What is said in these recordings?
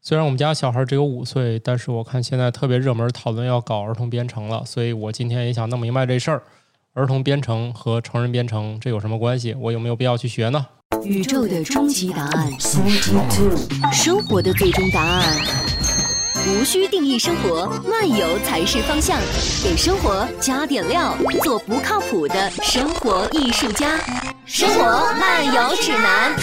虽然我们家小孩只有五岁，但是我看现在特别热门讨论要搞儿童编程了，所以我今天也想弄明白这事儿：儿童编程和成人编程这有什么关系？我有没有必要去学呢？宇宙的终极答案，生活的最终答案。无需定义生活，漫游才是方向。给生活加点料，做不靠谱的生活艺术家。生活漫游指南。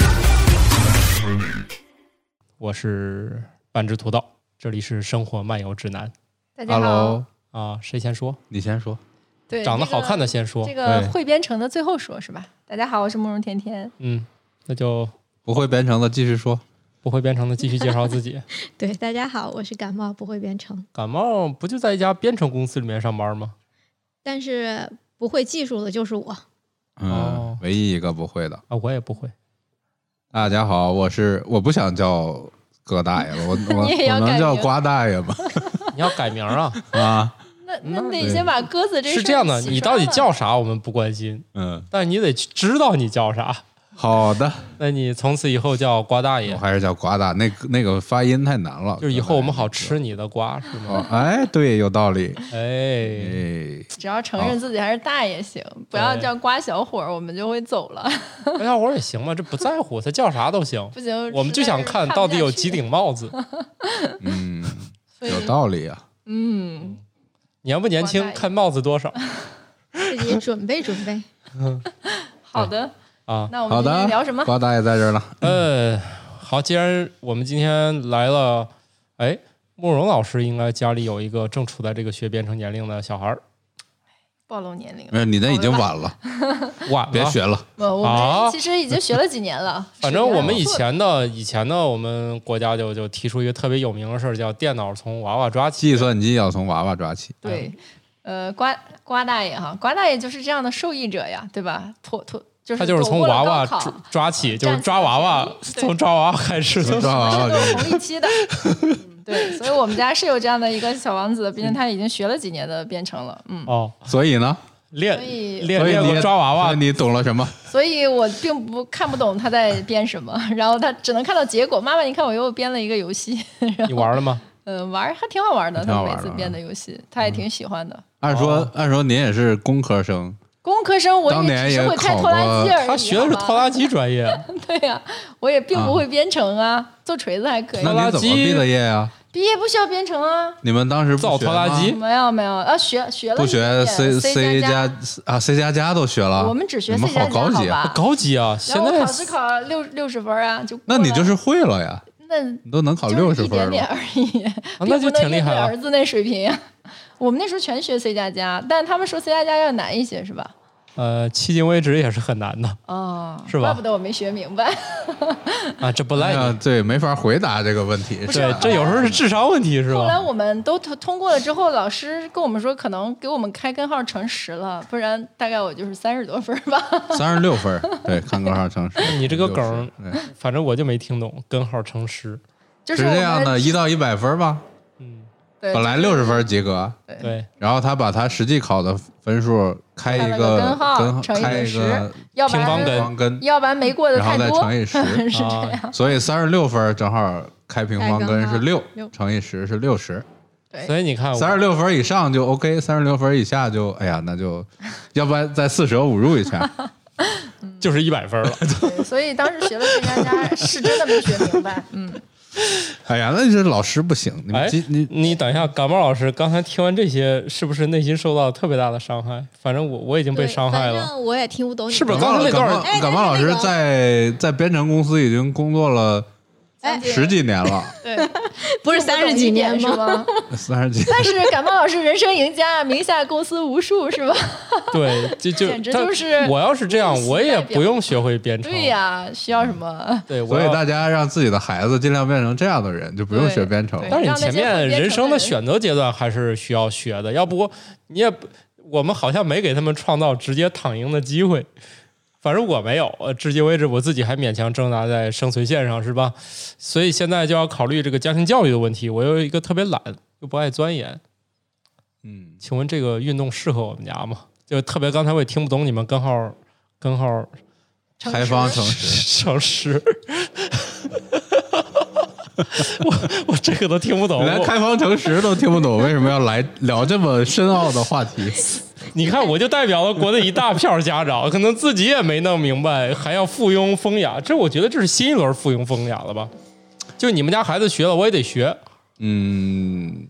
我是半只土豆，这里是生活漫游指南大家好 Hello，啊。谁先说？你先说。对长得这个好看的先说。哎这个对会编程的最后说是吧？大家好，我是慕容甜甜。嗯，那就不会编程的继续说。不会编程的继续介绍自 己。对，大家好，我是感冒不会编程，感冒不就在一家编程公司里面上班吗？但是不会技术的就是我。嗯，哦唯一一个不会的。啊，我也不 会。大家好，我是我不想叫葛大爷了，我我你也要我改能叫名瓜大爷吗？你要改名啊？啊，那那那得对先把鸽子这嗯事是儿这样的，洗你刷到底了叫啥我们不关心，嗯，但你得去知道你叫啥。好的，那你从此以后叫瓜大我爷，哦还是叫瓜大，那个那个发音太难了。就是以后我们好吃你的瓜，是哦吗？，哎，对，有道理。 哎，哎，只要承认自己还是大爷行，不要对叫瓜小伙儿，我们就会走了。 那小伙儿也行嘛，这不在乎，他叫啥都行。不行，我们就想看到底有几顶帽子，嗯，所以有道理啊。嗯， 年不年瓜轻，大爷看帽子多 少自己准备准备。好的，啊？那我好们今的天聊什么？瓜大爷在这儿了。呃，好，既然我们今天来了，哎，慕容老师应该家里有一个正处在这个学编程年龄的小孩儿，暴露年龄了。没有，你那已经好吧晚了，晚了，别学了。不，我啊们其实已经学了几年 了。反正我们以水平还前的以前的我们国家就就提出一个特别有名的事儿，叫电脑从娃娃抓起。计算机要从娃娃抓起。不错对，呃，瓜瓜大爷哈，瓜大爷就是这样的受益者呀，对吧？妥妥就是他就是躲从过了娃高娃考抓抓起，就占是抓小娃娃便，宜对从抓娃娃开始从的。抓娃娃都啊就是同一期的。 嗯对，所以我们家是有这样的一个小王子，毕竟他已经学了几年的编程了，嗯，哦，所以呢，练所以练所以练过你抓娃所娃以，你懂了什么？所以我并不看不懂他在编什么，然后他只能看到结果。妈妈，你看我又编了一个游戏，你玩了 吗？嗯，玩儿还挺好玩的，挺他好每玩次的嗯编的游戏，他也挺喜欢的。按说、哦按说您也是工科生，工科生我当也年只是也会开考拖拉过机而已，他学的是好拖吗拉机专业，对呀、我也并不啊会编程啊，做锤子还可以那，您怎么毕的业啊？毕业不需要编程啊。你们当时不学造吗拖拉机没有没有啊，学学了不一学点 C C 加啊 C 加加都学了，我们只学你 C 们加加，好高级啊！吧？ 高级啊！现然后我在考试考六六十分啊，就过那了你就是会了呀，那你都能考就是六十一点分点了。而 已，啊那就挺厉害了。了儿。子那水平啊，我们那时候全学 C 加加，但他们说 C 加加要难一些是吧？呃，迄今为止也是很难的哦，是吧怪不得我没学明白。啊，这不哎赖呀你。，对，没法回答这个问题。是对，吧这有时候是智商问题是后来吧？我们都通通过了之后，老师跟我们说，可能给我们开根号乘十了，不然大概我就是三十多分儿吧。 三十六分儿，对，看高上城市。你这个60梗儿对反正我就没听懂，根号乘十。就是是我这样的，们一到一百分儿吧，嗯，对本来六十分儿及格，对，然后他把他实际考的分数开开了一个根根号乘以开一10个要不然平方根方根，要不然没过的然太后再多，乘以 十，是这样。啊，所以三十六分正好开平方根是六六，乘以十是六啊十。对所以你看，三十六分以上就 OK，三十六分以下就哎呀，那就要不然再四舍五入一下。 就是一百分了。对所以当时学了 C 加加是真的没学明 白，嗯，哎呀，那这老师不行， 你哎们记你你等一下，感冒老师刚才听完这些，是不是内心受到了特别大的伤害？反正我我已经 被对，伤害反了。正我也听不懂你是不是说刚才的那感段冒哎感冒老但是师那个在在编程公司已经工作了哎对十几年 了，对，不是三十几年是吗？吧？三十几。但是感冒老师人生赢家，名下公司无数，是吧？ 对，就就简直但就是我要是这样逆，袭我也代表不用学会编程。对呀、需要什么？对，我所以要大家让自己的孩子尽量变成这样的人，就不用对学编程对。但是你让那前些会面编人程生的的人选择阶段还是需要学的，要不你也不我们好像没给他们创造直接躺赢的机会。反正我没有，呃，至今为止我自己还勉强挣扎在生存线上，是吧？所以现在就要考虑这个家庭教育的问题。我又一个特别懒又不爱钻研，嗯，请问这个运动适合我们家吗？就特别刚才我也听不懂你们根号根号开方程式，省时， 我这个都听不懂。连我开放诚实都听不 懂，为什么要来聊这么深奥的话题？你看，我就代表了国内一大票家长，可能自己也没弄明白，还要附庸风雅。这我觉得这是新一轮附庸风雅了吧？就你们家孩子学了，我也得学，嗯，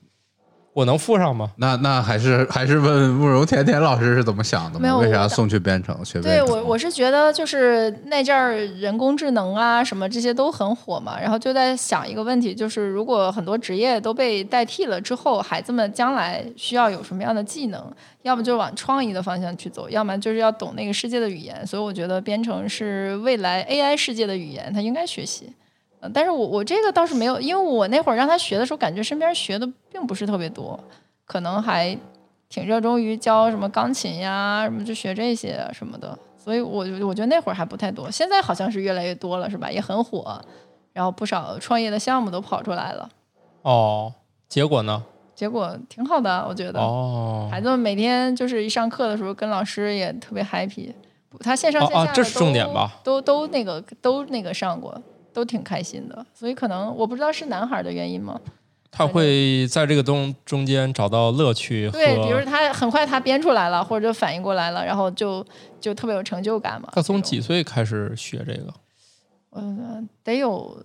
我能附上吗？那那还是还是问慕容甜甜老师是怎么想的没吗？有为我啥的送去编程学编对程？我，我是觉得就是那阵儿人工智能啊什么这些都很火嘛，然后就在想一个问题，就是如果很多职业都被代替了之后，孩子们将来需要有什么样的技能？要么就往创意的方向去走，要么就是要懂那个世界的语言。所以我觉得编程是未来 AI 世界的语言，他应该学习。呃但是我我这个倒是没有，因为我那会儿让他学的时候，感觉身边学的并不是特别多，可能还挺热衷于教什么钢琴呀，什么就学这些什么的。所以我我觉得那会儿还不太多，现在好像是越来越多了，是吧？也很火，然后不少创业的项目都跑出来了，哦，结果呢？结果挺好的，啊我觉得。哦，孩子们每天就是一上课的时候跟老师也特别 happy，不他线上哦线下哦的这是都重点吧？都都那个都那个上过，都挺开心的。所以可能我不知道是男孩的原因吗？他会在这个东中间找到乐趣和。对，比如他很快他编出来了，或者就反应过来了，然后就就特别有成就感嘛。他从这种几岁开始学这个？嗯得有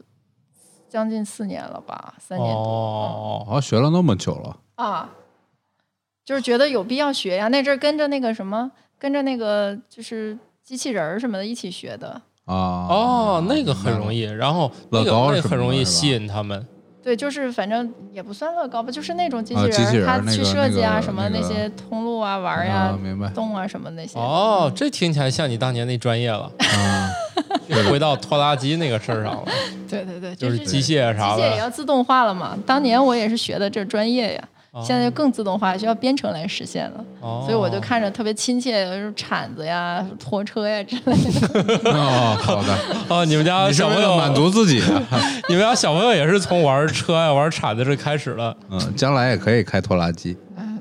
将近四年了吧，三年多、哦，哦，学了那么久了，啊，就是觉得有必要学呀。那阵儿跟着那个什么，跟着那个就是机器人儿什么的一起学的。啊哦，那个很容易易，然后那乐个高那什个么很容的易是吧吸引他们。对，就是反正也不算乐高吧，就是那种机器啊人，机器人他儿那去个设计啊、那个什么那那个些通路啊、玩儿呀、明白动啊什么那些。哦，这听起来像你当年那专业了， 啊，又回到拖拉机那个事儿 上了，对对对，就是是机械械机啥械也的。要自动化了嘛。当年我也是学的这专业呀，哦现在就更自动化，需要编程来实现了。哦所以我就看着特别亲切，就是铲子呀、拖车呀之类的。哦，好的， 哦，你们家你是小为朋友了满，足自己，啊 你们家小朋友也是从玩车呀、玩铲子这开始了。嗯，将来也可以开拖拉机，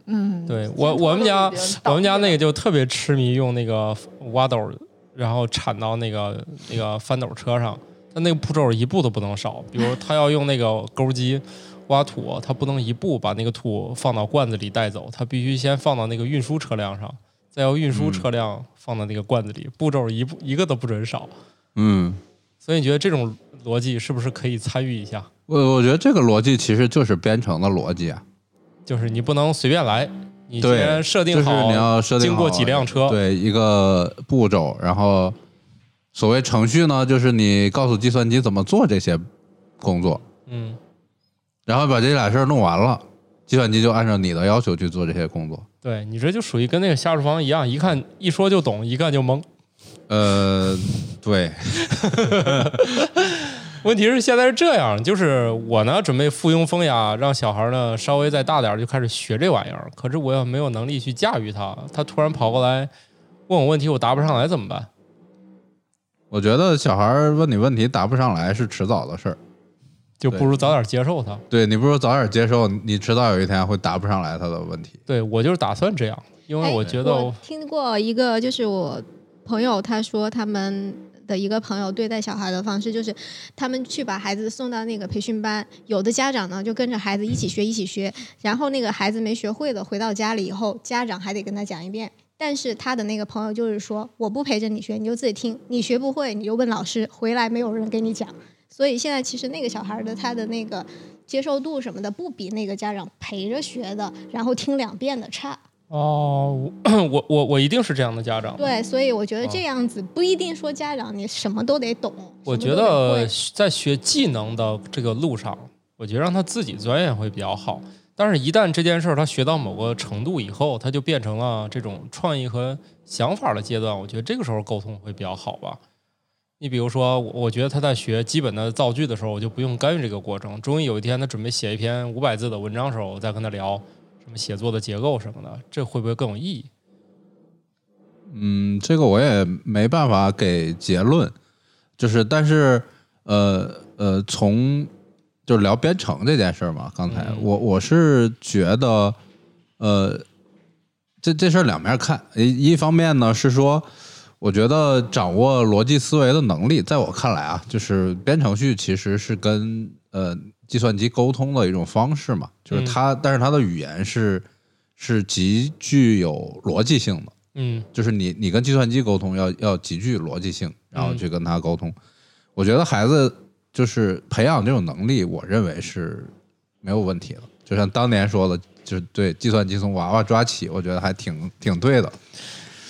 嗯，对我我们家已经我倒们家闭了那个就特别痴迷用那个挖斗，然后铲到那个那个翻斗车上，他那个步骤一步都不能少。比如他要用那个钩机挖土，他不能一步把那个土放到罐子里带走，他必须先放到那个运输车辆上，再由运嗯输车辆放到那个罐子里，步骤一步一个都不准少。嗯。所以你觉得这种逻辑是不是可以参与一下？我我觉得这个逻辑其实就是编程的逻辑啊，就是你不能随便来，你对先设就定是好，你要设定经过好几辆车，对一个步骤，然后所谓程序呢，就是你告诉计算机怎么做这些工作，嗯，然后把这俩事儿弄完了，计算机就按照你的要求去做这些工作。对你这就属于跟那个下厨房一样，一看一说就懂，一看就懵。呃，对，问题是现在是这样，就是我呢准备附庸风雅，让小孩呢稍微再大点儿就开始学这玩意儿，可是我也没有能力去驾驭他，他突然跑过来问我问题，我答不上来怎么办？我觉得小孩儿问你问题答不上来是迟早的事儿，就不如早点接受他。对你不如早点接受，你迟早有一天会答不上来他的问题。对我就是打算这样，因为哎我觉得我听过一个，就是我朋友他说他们的一个朋友对待小孩的方式，就是他们去把孩子送到那个培训班，有的家长呢就跟着孩子一起学一起学，然后那个孩子没学会的回到家里以后，家长还得跟他讲一遍。但是他的那个朋友就是说，我不陪着你学，你就自己听，你学不会你就问老师，回来没有人给你讲。所以现在其实那个小孩的他的那个接受度什么的，不比那个家长陪着学的，然后听两遍的差。哦， 我我我我一定是这样的家长。对，所以我觉得哦啊这样子不一定说家长你什么都得懂，我什觉么都得得会在学技能的这个路上，我觉得让他自己钻研会比较好。但是，一旦这件事儿他学到某个程度以后，他就变成了这种创意和想法的阶段。我觉得这个时候沟通会比较好吧。你比如说，我我觉得他在学基本的造句的时候，我就不用干预这个过程。终于有一天，他准备写一篇五百字的文章的时候，我再跟他聊什么写作的结构什么的，这会不会更有意义？嗯，这个我也没办法给结论，就是但是呃呃，从就是聊编程这件事儿嘛，刚才、嗯我我是觉得呃，这这事儿两面看，一一方面呢是说。我觉得掌握逻辑思维的能力，在我看来啊，就是编程序其实是跟呃计算机沟通的一种方式嘛，就是它，但是它的语言是是极具有逻辑性的，嗯就是你你跟计算机沟通要要极具逻辑性，然后去跟他沟通。我觉得孩子就是培养这种能力，我认为是没有问题的。就像当年说的，就是对计算机从娃娃抓起，我觉得还挺挺对的。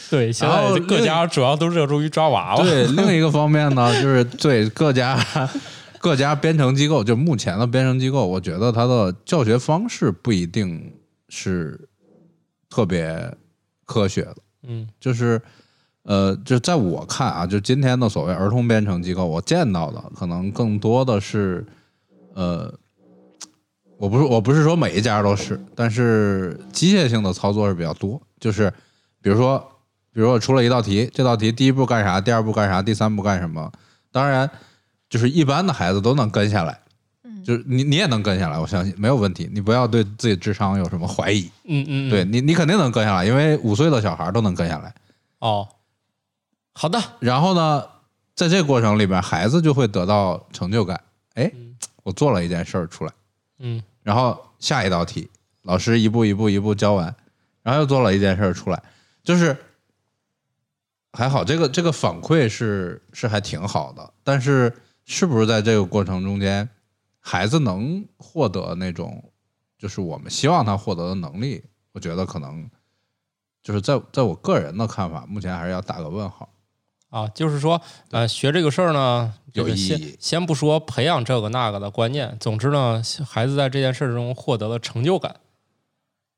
对，现然后在各家主要都热衷于抓娃娃， 对，另一个方面呢， 就是对各家各家编程机构，就目前的编程机构，我觉得它的教学方式不一定是特别科学的。嗯就是呃，就在我看啊，就今天的所谓儿童编程机构，我见到的可能更多的是呃。我不是我不是说每一家都是，但是机械性的操作是比较多，就是比如说比如我出了一道题，这道题第一步干啥，第二步干啥，第三步干什么？当然，就是一般的孩子都能跟下来，嗯就是你你也能跟下来，我相信没有问题。你不要对自己智商有什么怀疑，嗯嗯，嗯对你你肯定能跟下来，因为五岁的小孩都能跟下来。哦，好的，然后呢，在这个过程里边，孩子就会得到成就感。哎，我做了一件事儿出来，嗯然后下一道题，老师一步一步一步教完，然后又做了一件事儿出来，就是还好这个这个反馈是是还挺好的，但是是不是在这个过程中间，孩子能获得那种就是我们希望他获得的能力，我觉得可能就是在在我个人的看法，目前还是要打个问号。啊，就是说，呃，学这个事儿呢，这有个意先义先不说培养这个那个的观念，总之呢，孩子在这件事中获得了成就感，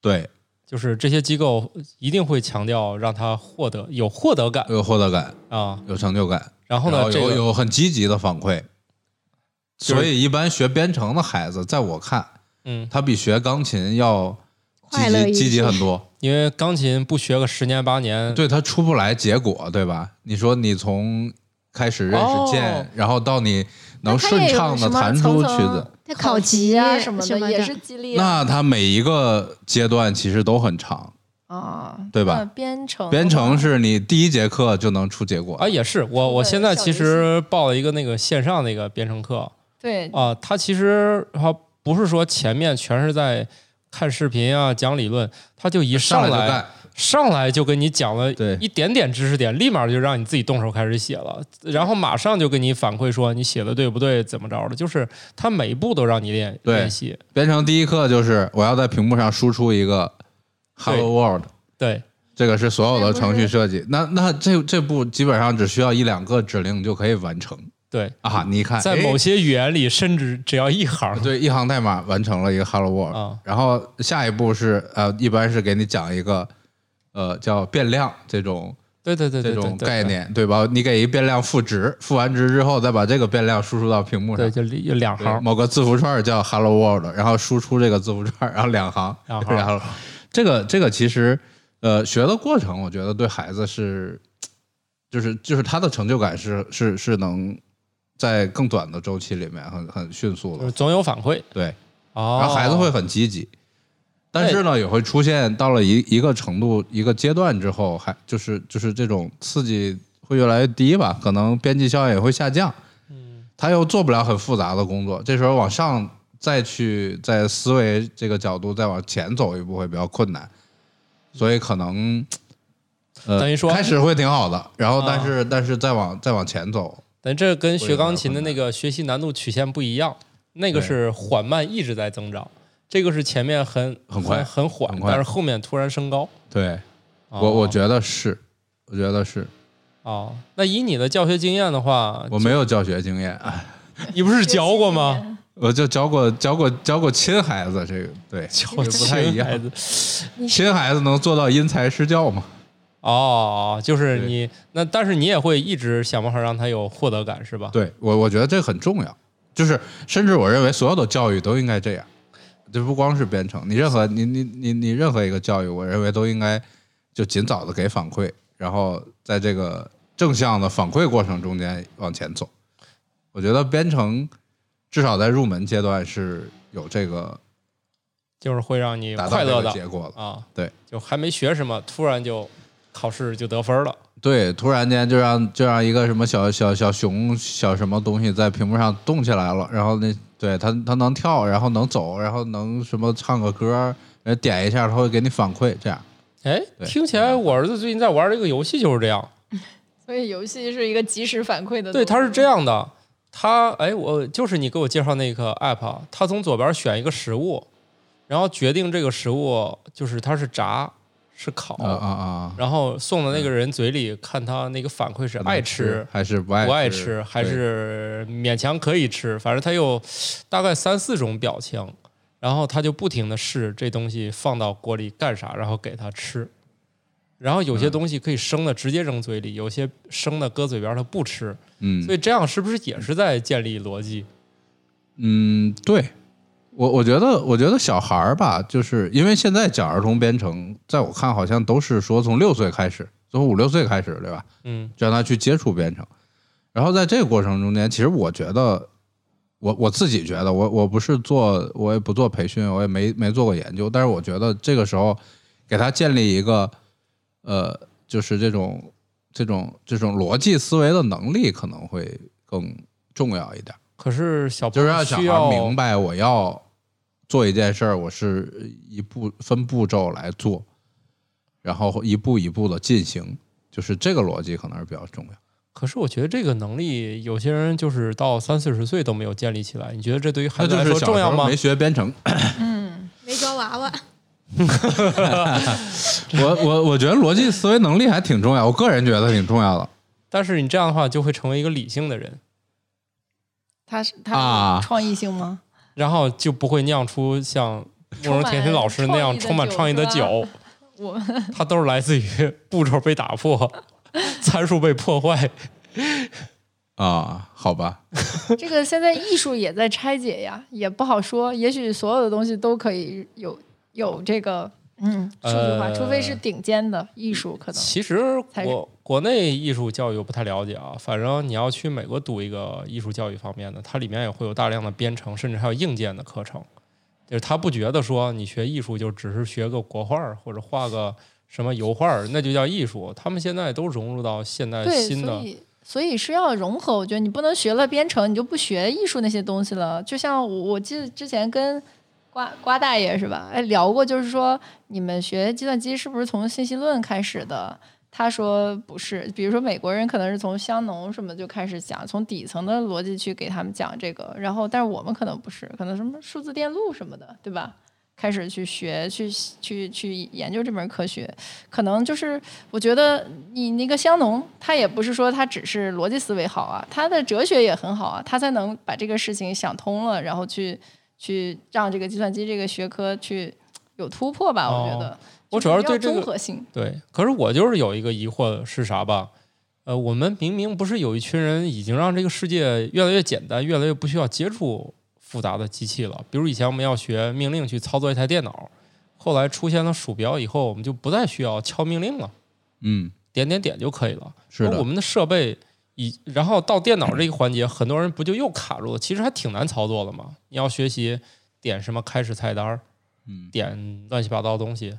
对，就是这些机构一定会强调让他获得有获得感有获得感，啊。有成就感，然后然呢，后这呃有个有很积极的反馈。就是所以，一般学编程的孩子，在我看，嗯，他比学钢琴要积快乐极一些积极 很多。因为钢琴不学个十年八年，对他出不来结果，对吧？你说你从开始认识键，哦然后到你能那他顺也有畅的什么弹层出曲层子，他考考级啊什么什么也 的是激励那他每一个阶段其实都很长。啊，对吧那编程啊编程的是你第一节课就能出结果啊，也是我我对现在小其游实报了一个那个线上那个编程课，话对哦啊，他其实他不是说前面全是在看视频啊讲理论，他就一上上来就来干。上来就跟你讲了对一点点知识点，立马就让你自己动手开始写了，然后马上就给你反馈说你写的对不对，怎么着的，就是他每一步都让你练对练习，编程第一课就是我要在屏幕上输出一个 Hello World，对，这个是所有的程序设计。那那这这步基本上只需要一两个指令就可以完成对，啊！你看，嗯在哎某些语言里，甚至只要一行，对，一行代码完成了一个 Hello World，、啊然后下一步是呃，一般是给你讲一个呃叫变量这种对对对这对对种对概，念，对吧？你给一变量赋值，赋完值之后再把这个变量输出到屏幕对，上。就有两对行，某个字符串叫 Hello World，然后输出这个字符串， 然后两行，两行然后这个这个其实呃学的过程，我觉得对孩子是就是就是他的成就感是是是能在更短的周期里面很很迅速就的是，总有反馈，对。哦，然后孩子会很积极，但是呢，也会出现到了一一个程度、一个阶段之后，还就是就是这种刺激会越来越低吧，可能边际效应也会下降。嗯，他又做不了很复杂的工作，这时候往上再去在思维这个角度再往前走一步会比较困难，所以可能。呃等于说开始会挺好的，然后啊但是、但是再往再往前走，但这跟会学有点钢琴的那个学习难度曲线不一样，那个对是缓慢一直在增长，这个是前面很很快很缓很，快但是后面突然升高。对、啊、我我觉得是，我觉得是哦，那以你的教学经验的话，我没有教学经验，你不是教过吗？我就教过教过教过亲孩子，这个对，教这不太一样孩子亲孩子能做到因材施教吗？哦，就是对你那，但是你也会一直想办法让他有获得感，是吧？对我，我觉得这很重要，就是甚至我认为所有的教育都应该这样，这不光是编程，你任何你你你你任何一个教育，我认为都应该就尽早的给反馈，然后在这个正向的反馈过程中间往前走。我觉得编程至少在入门阶段是有这个就是会让你达快乐到这个的结果了。啊，对，就还没学什么，突然就考试就得分了。对，突然间就让就让一个什么小小小熊小什么东西在屏幕上动起来了，然后那对它它能跳，然后能走，然后能什么唱个歌，然后点一下它会给你反馈，这样哎，对嗯听起来我儿子最近在玩这个游戏就是这样。所以游戏是一个及时反馈的。对，它是这。样的，它哎，我就是你给我介绍那个 app，啊它从左边选一个食物，然后决定这个食物就是它是炸是烤，啊啊啊，然后送到那个人嘴里，看他那个反馈是可能爱吃。还是不爱不爱爱吃还是勉强可以吃，反正它有大概三四种表情，然后他就不停的试这东西放到锅里干啥，然后给他吃。然后有嗯些东西可以生的直接扔嘴里，有些生的搁嘴边儿他不吃，嗯，所以这样是不是也是在建立逻辑？嗯，对，我我觉得，我觉得小孩儿吧，就是因为现在讲儿童编程，在我看好像都是说从六岁开始，从五六岁开始，对吧？嗯就让他去接触编程。然后在这个过程中间，其实我觉得，我我自己觉得，我我不是做，我也不做培训，我也没没做过研究，但是我觉得这个时候给他建立一个，呃，就是这种这种这种逻辑思维的能力可能会更重要一点。可是小朋就是友让小需孩要明白我要做一件事儿，我是一步分步骤来做，然后一步一步的进行，就是这个逻辑可能是比较重要。可是我觉得这个能力，有些人就是到三四十岁都没有建立起来。你觉得这对于孩子那就来是说小重时要候吗没？学编程， 没抓娃娃，我我我觉得逻辑思维能力还挺重要，我个人觉得挺重要的。但是你这样的话，就会成为一个理性的人，它是啊它创意性 吗？然后就不会酿出像慕容甜甜老师那样充充满满创创意意的的酒酒。 我们它都是来自于步骤被打破， 参数被破坏。啊，好吧，这个现在艺术也在拆解呀，也不好说。也许所有的东西都可以有有这个嗯数据化，呃除非是顶尖的艺术，可能其实才是国国内艺术教育我不太了解啊，反正你要去美国读一个艺术教育方面的，它里面也会有大量的编程，甚至还有硬件的课程。就是他不觉得说你学艺术就只是学个国画儿或者画个什么油画儿，那就叫艺术。他们现在都融入到现代对，新所的，以所以是要融合。我觉得你不能学了编程，你就不学艺术那些东西了。就像我我记得之前跟瓜瓜大爷是吧？哎，聊过，就是说你们学计算机是不是从信息论开始的？他说不是，比如说美国人可能是从香农什么就开始讲，从底层的逻辑去给他们讲这个，然后但是我们可能不是，可能什么数字电路什么的，对吧？开始去学，去去去研究这门科学，可能就是我觉得你那个香农，他也不是说他只是逻辑思维好啊，他的哲学也很好啊，他才能把这个事情想通了，然后去去让这个计算机这个学科去有突破吧。我觉得，哦我主要是对这就是个要综合性，对。可是我就是有一个疑惑是啥吧？呃，我们明明不是有一群人已经让这个世界越来越简单，越来越不需要接触复杂的机器了？比如以前我们要学命令去操作一台电脑，后来出现了鼠标以后，我们就不再需要敲命令了，嗯，点点点就可以了。是而我的，们的设备以然后到电脑这一环节，很多人不就又卡住了？其实还挺难操作的嘛。你要学习点什么开始菜单儿，嗯点乱七八糟东西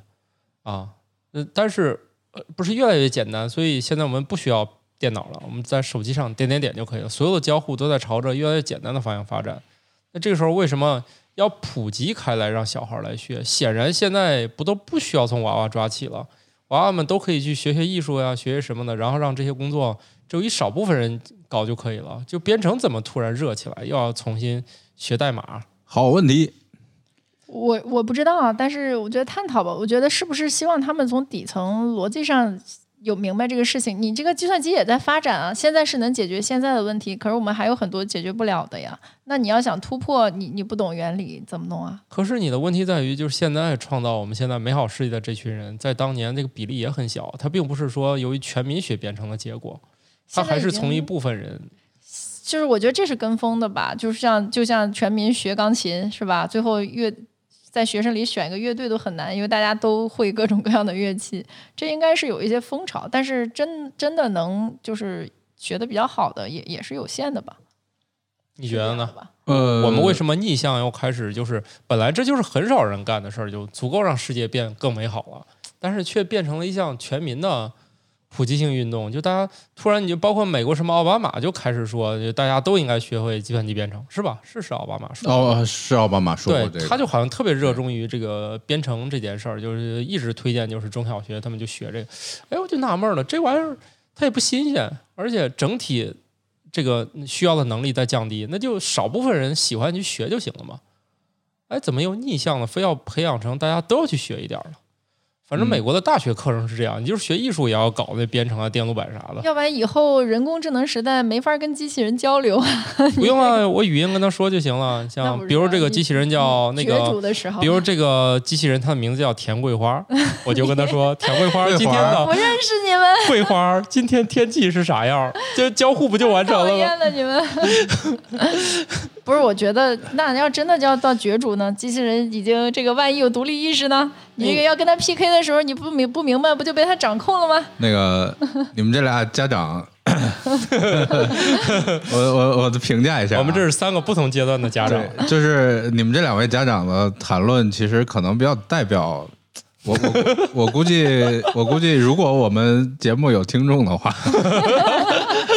啊。呃，但是呃，不是越来越简单，所以现在我们不需要电脑了，我们在手机上点点点就可以了。所有的交互都在朝着越来越简单的方向发展。那这个时候为什么要普及开来，让小孩儿来学？显然现在不都不需要从娃娃抓起了，娃娃们都可以去学学艺术呀，学学什么的，然后让这些工作只有一少部分人搞就可以了。就编程怎么突然热起来，又要重新学代码？好问题，我我不知道啊，但是我觉得探讨吧，我觉得是不是希望他们从底层逻辑上有明白这个事情？你这个计算机也在发展啊，现在是能解决现在的问题，可是我们还有很多解决不了的呀。那你要想突破，你你不懂原理怎么弄啊？可是你的问题在于，就是现在创造我们现在美好世界的这群人，在当年这个比例也很小，它并不是说由于全民学编程的结果，它现在还是已经从一部分人。就是我觉得这是跟风的吧，就是像就像全民学钢琴是吧？最后乐在学生里选一个乐队都很难，因为大家都会各种各样的乐器。这应该是有一些风潮，但是真真的能就是学的比较好的也也是有限的吧？你觉得呢？？呃，我们为什么逆向又开始就是本来这就是很少人干的事儿，就足够让世界变更美好了，但是却变成了一项全民的普及性运动，就大家突然你就包括美国什么奥巴马就开始说，就大家都应该学会计算机编程，是吧？是是奥巴马说的哦，是奥巴马说过这对，个，他就好像特别热衷于这个编程这件事儿，就是一直推荐，就是中小学他们就学这个。哎，我就纳闷儿了，这玩意儿它也不新鲜，而且整体这个需要的能力在降低，那就少部分人喜欢去学就行了嘛。哎，怎么又逆向了？非要培养成大家都要去学一点儿了？反正嗯美国的大学课程是这样，你就是学艺术也要搞那编程啊、电路板啥的。要不然以后人工智能时代没法跟机器人交流。不用啊，我语音跟他说就行了。 那像不比如是这个你机器人叫那角个逐的时候，比如这个机器人，它的名字叫田桂 花，我就跟他说：“田桂花，桂花今天的我认识你们，桂花，今天天气是啥样？”这交互不就完成讨了吗？厌了你 们。不是，我觉得那要真的要到角逐呢，机器人已经这个万一有独立意识呢，你这个要跟他 PK 的时候，你不明不明白，不就被他掌控了吗？那个你们这俩 家长， 我我我评价一下啊、我们这是三个不同阶段的家长，对， 就是你们这两位家长的谈论，其实可能比较代表我我我估计我估计，如果我们节目有听众的话，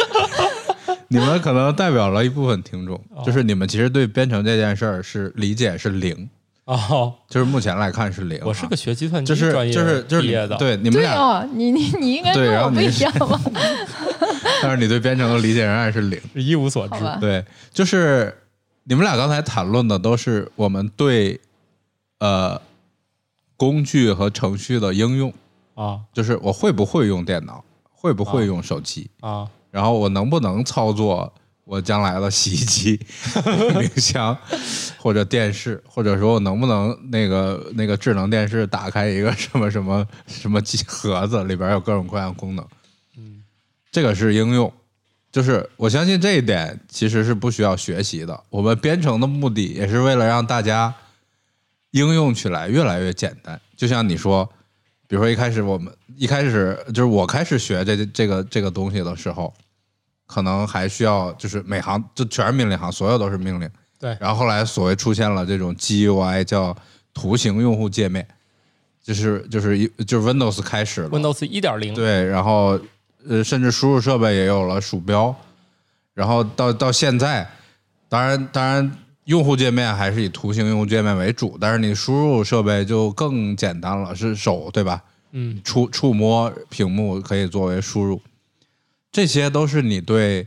你们可能代表了一部分听众，哦就是你们其实对编程这件事儿是理解是零，哦，就是目前来看是零啊、我是个学计算机就是专业就是就是毕你业的，对你们对俩，哦，你你你应该对跟然我后不你一样吧？但是你对编程的理解仍然是零。是一无所知好。 吧，对，就是你们俩刚才谈论的都是我们对呃工具和程序的应用，啊就是我会不会用电脑，会不会用手机，啊，然后我能不能操作我将来的洗衣机、冰箱或者电视，或者说我能不能那个那个智能电视打开一个什么什么什么机盒子，里边有各种各样的功能。嗯这个是应用，就是我相信这一点其实是不需要学习的。我们编程的目的也是为了让大家应用起来越来越简单。就像你说，比如说一开始我们一开始就是我开始学这这个这个东西的时候，可能还需要就是每行就全是命令行，所有都是命令。对然后后来所谓出现了这种 GUI 叫图形用户界面，就是就是一就是 Windows 开始了，Windows 一点零，对，然后呃，甚至输入设备也有了鼠标，然后到到现在，当然当然用户界面还是以图形用户界面为主，但是你输入设备就更简单了，是手对吧？嗯，触触摸屏幕可以作为输入，这些都是你对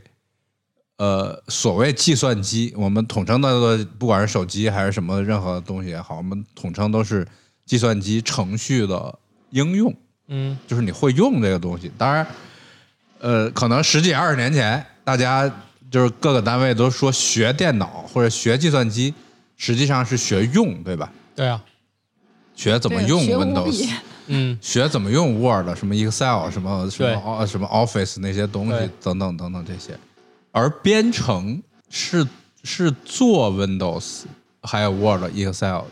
呃所谓计算机，我们统称的不管是手机还是什么任何东西也好，我们统称都是计算机程序的应用。嗯就是你会用这个东西。当然，呃，可能十几二十年前，大家就是各个单位都说学电脑或者学计算机，实际上是学用，对吧？对啊，学怎么用对学五 Windows，笔嗯学怎么用 Word，什么 Excel，什么什对么哦什么 Office 那些东对西，等等等等这些。而编程是是做 Windows 还有 Word、Excel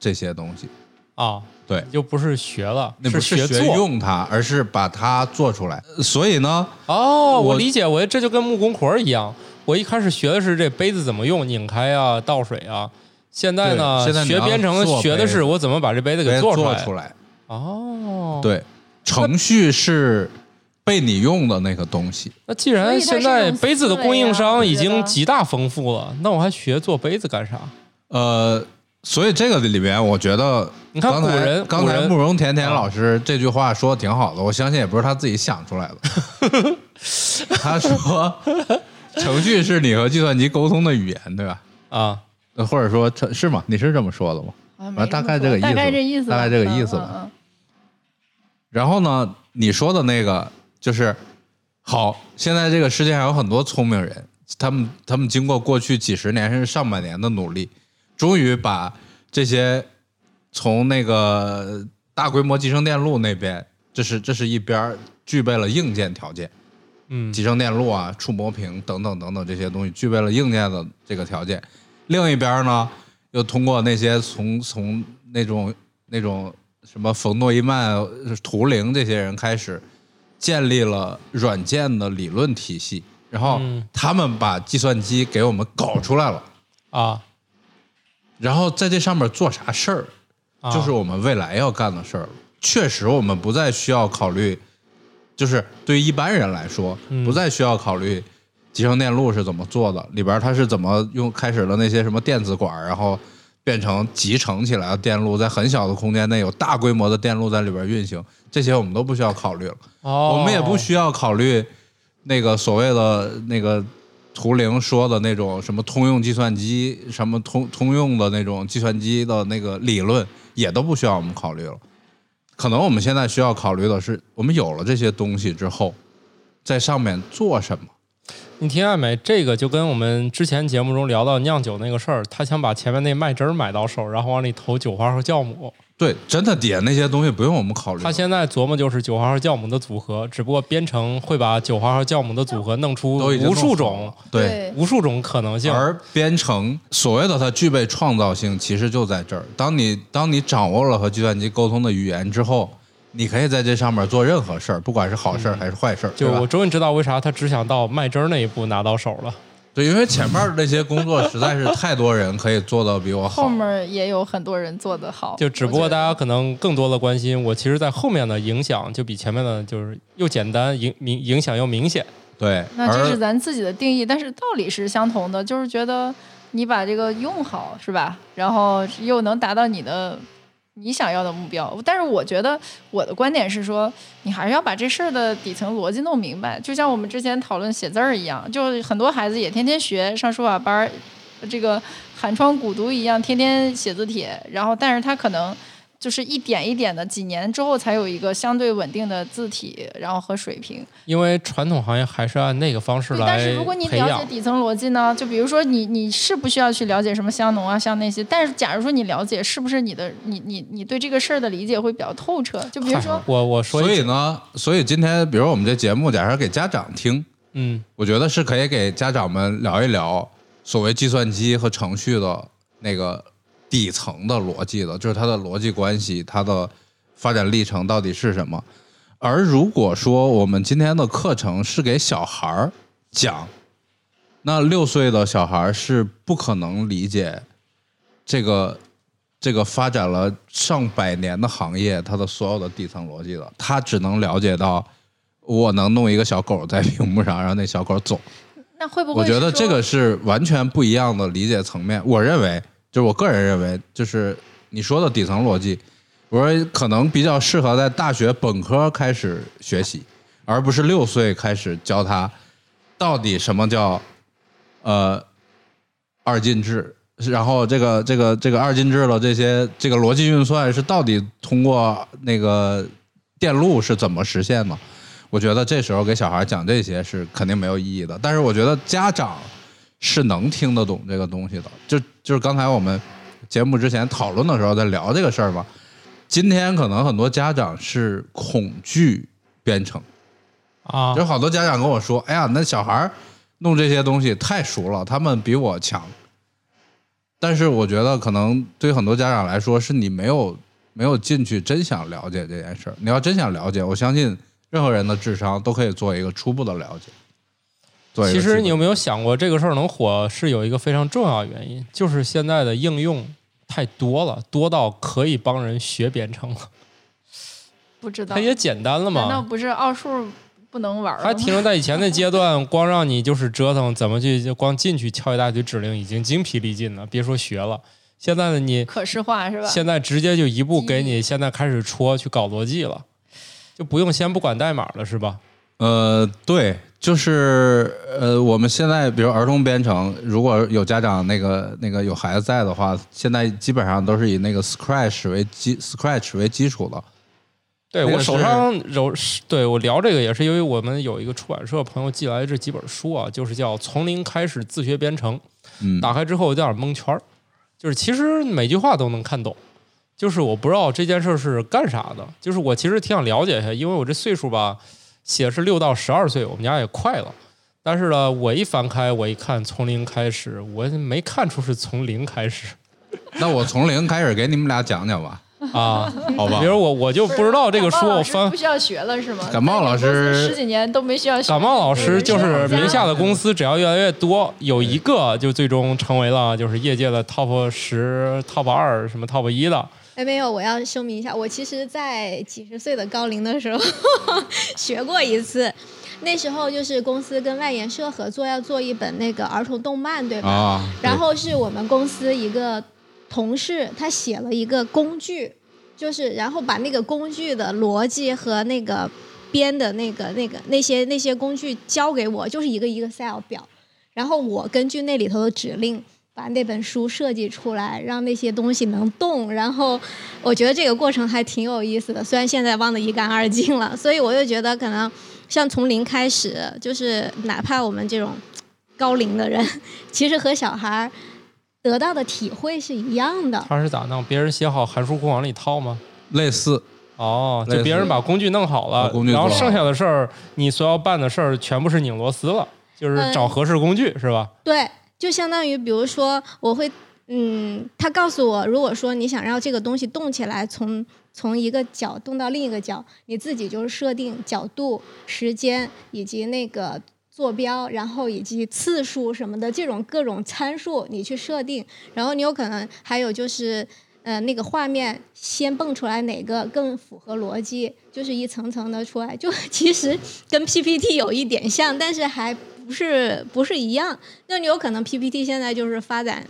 这些东西，啊，对你，就不是学了，那不学学做。用它，而是把它做出来。所以呢，哦，我我理解，我这就跟木工活儿一样。我一开始学的是这杯子怎么用，拧开啊，倒水啊。现在呢，对现在你学要编程做学的杯是子哎我怎么把这杯子给做出来。出来。哦，。对，程序是被你用的那个东西。那既然所以它现是在一种杯子的思维供应啊商我已觉经得极大丰富了，那我还学做杯子干啥？呃，所以这个里边，我觉得你看刚古才人刚古才人啊慕容甜甜老师这句话说的挺好的，我相信也不是他自己想出来 的。他说，程序是你和计算机沟通的语言，对吧？啊，呃或者说，程是吗？你是这么说的吗？好像啊反正 没大么概说这个 意大概思这吧意思吧，大概这个意嗯思吧嗯嗯然后呢，你说的那个就是好，现在这个世界上有很多聪明人，他们他们经过过去几十年甚至上百年的努力，终于把这些从那个大规模集成电路那边，这是这是一边儿具备了硬件条件，嗯集成电路啊、触摸屏等等等等这些东西具备了硬件的这个条件。另一边儿呢，又通过那些从从那种那种什么冯诺依曼、图灵这些人开始，建立了软件的理论体系，然后嗯他们把计算机给我们搞出来了，啊，然后在这上面做啥事儿，啊就是我们未来要干的事儿了。确实，我们不再需要考虑，就是对于一般人来说，嗯不再需要考虑集成电路是怎么做的，里边它是怎么用开始了那些什么电子管，然后变成集成起来的电路，在很小的空间内有大规模的电路在里边运行，这些我们都不需要考虑了。哦，我们也不需要考虑那个所谓的那个图灵说的那种什么通用计算机、什么通通用的那种计算机的那个理论，也都不需要我们考虑了。可能我们现在需要考虑的是，我们有了这些东西之后，在上面做什么？你听见没？这个就跟我们之前节目中聊到酿酒那个事儿，他想把前面那麦汁儿买到手，然后往里投酒花和酵母。对，真的底下那些东西不用我们考虑了。他现在琢磨就是酒花和酵母的组合，只不过编程会把酒花和酵母的组合弄出都已经无数弄好种了、对，无数种可能性。而编程所谓的它具备创造性，其实就在这儿。当你当你掌握了和计算机沟通的语言之后，你可以在这上面做任何事儿，不管是好事儿还是坏事儿，嗯就对我吧？终于知道为啥他只想到麦汁儿那一步拿到手了。对，因为前面儿那些工作实在是太多人可以做到比我后 好。面也有很多人做得好，就只不过我觉大得家可能更多的关心，我其实，在后面的影响就比前面的，就是又简单，影明影响又明显。对，那这是而咱自己的定义，但是道理是相同的，就是觉得你把这个用好是吧？然后又能达到你的你想要的目标。但是我觉得我的观点是说，你还是要把这事儿的底层逻辑弄明白。就像我们之前讨论写字儿一样，就很多孩子也天天学上书法班儿，这个寒窗苦读一样，天天写字帖，然后但是他可能。就是一点一点的，几年之后才有一个相对稳定的字体，然后和水平。因为传统行业还是按那个方式对，来但是如果你培了解养。，底层逻辑呢，就比如说你你是不需要去了解什么香农啊，像那些，但是假如说你了解，是不是你的你你你对这个事儿的理解会比较透彻？就比如 说我我说一所以呢，所以今天比如我们这节目，假设给家长听，嗯，我觉得是可以给家长们聊一聊所谓计算机和程序的那个底层的逻辑的，就是它的逻辑关系，它的发展历程到底是什么。而如果说我们今天的课程是给小孩儿讲，那六岁的小孩儿是不可能理解这个这个发展了上百年的行业它的所有的底层逻辑的，他只能了解到我能弄一个小狗在屏幕上让那小狗走。那会不会我觉是得说这个是完全不一样的理解层面。我认为，就是我个人认为，就是你说的底层逻辑，我说可能比较适合在大学本科开始学习，而不是六岁开始教他到底什么叫呃二进制。然后这个这个这个二进制的这些这个逻辑运算是到底通过那个电路是怎么实现的？我觉得这时候给小孩讲这些是肯定没有意义的。但是我觉得家长是能听得懂这个东西的。就就是刚才我们节目之前讨论的时候在聊这个事儿嘛。今天可能很多家长是恐惧编程，啊有好多家长跟我说：“哎呀，那小孩儿弄这些东西太熟了，他们比我强。”但是我觉得，可能对很多家长来说，是你没有没有进去真想了解这件事儿。你要真想了解，我相信任何人的智商都可以做一个初步的了解。做一其个实你基本有没有想过，这个事儿能火是有一个非常重要的原因，就是现在的应用太多了，多到可以帮人学编程了，不知道它，也简单了难道嘛。不是奥数不能玩儿它了停吗？留在以前那阶段，光让你就是折腾，怎么去就光进去敲一大堆指令，已经精疲力尽了，别说学了。现在的你，可视化是吧？现在直接就一步给你，现在开始戳去搞逻辑了，就不用先不管代码了，是吧？呃，对，就是呃，我们现在比如儿童编程，如果有家长那个那个有孩子在的话，现在基本上都是以那个 Scratch 为基 Scratch 为基础的。对那个我手是上有，是对我聊这个也是因为我们有一个出版社朋友寄来这几本书啊，就是叫《从零开始自学编程》，嗯，打开之后有点蒙圈儿，就是其实每句话都能看懂，就是我不知道这件事儿是干啥的，就是我其实挺想了解一下，因为我这岁数吧，写的是六到十二岁，我们家也快了。但是呢，我一翻开，我一看从零开始，我没看出是从零开始。 那我从零开始给你们俩讲讲吧。啊， 好吧比？如我我就不知道这个书，我感冒老师翻不需要学了是吗？感冒老师在公司十几年都没需要学。感冒老师就是名下嗯的公司，只要越来越多，有一个就最终成为了就是业界的 top 十、top 二、什么 top 一的。哎，没有，我要声明一下，我其实，在几十岁的高龄的时候 学过一次。那时候就是公司跟外研社合作，要做一本那个儿童动漫，对 吧？啊，然后是我们公司一个同事，他写了一个工具，就是然后把那个工具的逻辑和那个编的那个那个那些那些工具交给我，就是一个一个 Excel 表，然后我根据那里头的指令。把那本书设计出来，让那些东西能动，然后我觉得这个过程还挺有意思的，虽然现在忘得一干二净了， 所以我就觉得可能像从零开始，就是哪怕我们这种高龄的人， 其实和小孩儿得到的体会是一样的。他是咋弄？别人写好函数库往里套吗？对类似哦，类就似别人把工具弄好把了，工具然后做好剩下的事儿，你所要办的事儿全部是拧螺丝了，就是嗯找合适工具，是吧？对，就相当于比如说，我会，嗯，他告诉我，如果说你想让这个东西动起来，从从一个角动到另一个角，你自己就是设定角度、时间以及那个坐标，然后以及次数什么的这种各种参数你去设定，然后你有可能还有就是。呃，那个画面先蹦出来哪个更符合逻辑，就是一层层的出来，就 其实跟 PPT 有一点像，但是还不是不是一样。那你有可能 PPT 现在就是发展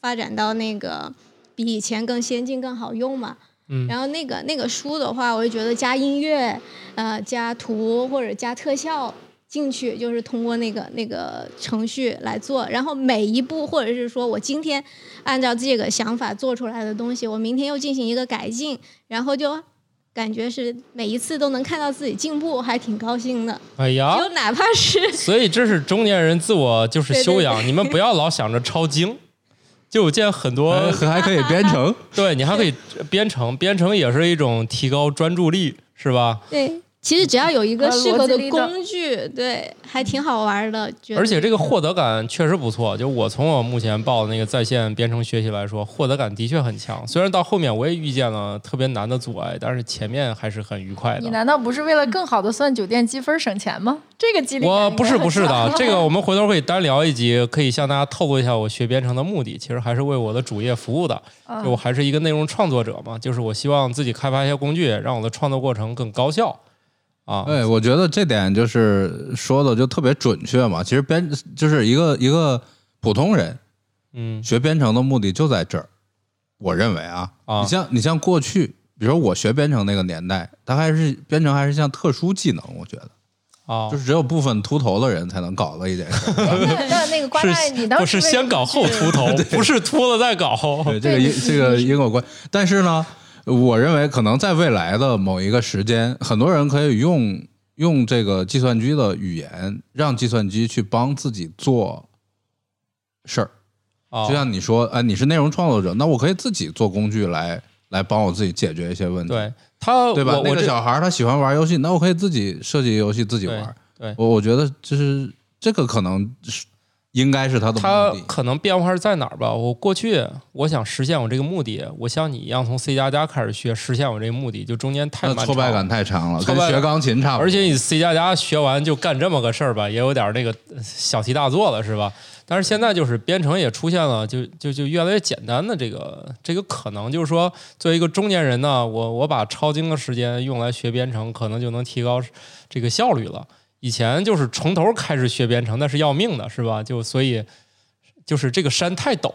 发展到那个比以前更先进、更好用嘛。嗯然后那个那个书的话，我就觉得加音乐、呃加图或者加特效进去，就是通过那个那个程序来做。然后每一步，或者是说我今天按照这个想法做出来的东西，我明天又进行一个改进，然后就感觉是每一次都能看到自己进步，还挺高兴的。哎呀，就哪怕是所以这是中年人自我就是修养，对对对你们不要老想着抄经。就我见很多， 还哎还可以编程，对你还可以编程，编程也是一种提高专注力，是吧？对，其实只要有一个和适逻合辑的力的工具，对，还挺好玩的。觉得而且这个获得感确实不错。就我从我目前报的那个在线编程学习来说，获得感的确很强。虽然到后面我也遇见了特别难的阻碍，但是前面还是很愉快你的。难道不是为了更好的算酒店积分省钱吗？这个激励感我应该不是很不是强的，这 个我们回头可以单聊一集，可以向大家透露一下我学编程的目的，其实还是为我的主业服务的。啊就我还是一个内容创作者嘛，就是我希望自己开发一些工具，让我的创作过程更高效啊。 对，我觉得这点就是说的就特别准确嘛。其实编就是一个一个普通人嗯学编程的目的就在这儿，我认为啊，啊你像你像过去，比如说我学编程那个年代，它还是编程还是像特殊技能，我觉得啊就，是只有部分秃头的人才能搞的一件事。那那 那个瓜奈，你当不时是先搞后秃头， 不是秃了再搞。 对这个因这个因果关，但是呢，我认为可能在未来的某一个时间，很多人可以用用这个计算机的语言，让计算机去帮自己做事儿。啊就像你说，哎，你是内容创作者，那我可以自己做工具来来帮我自己解决一些问题，对他，对吧我？那我个这小孩儿他喜欢玩游戏，那我可以自己设计游戏自己玩儿。对对我我觉得就是这个可能是应该是他的他目的。可能变化是在哪儿吧？我过去我想实现我这个目的，我像你一样从 C 加加开始学，实现我这个目的，就中间太那漫长挫败感太长了，挫跟败学感钢琴差不多。而且你 C 加加学完就干这么个事儿吧，也有点儿那个呃小题大做了，是吧？但是现在就是编程也出现了，就就就越来越简单的这个这个可能，就是说作为一个中年人呢，我我把超精的时间用来学编程，可能就能提高这个效率了。以前就是从头开始学编程，那是要命的，是吧？就所以就是这个山太陡，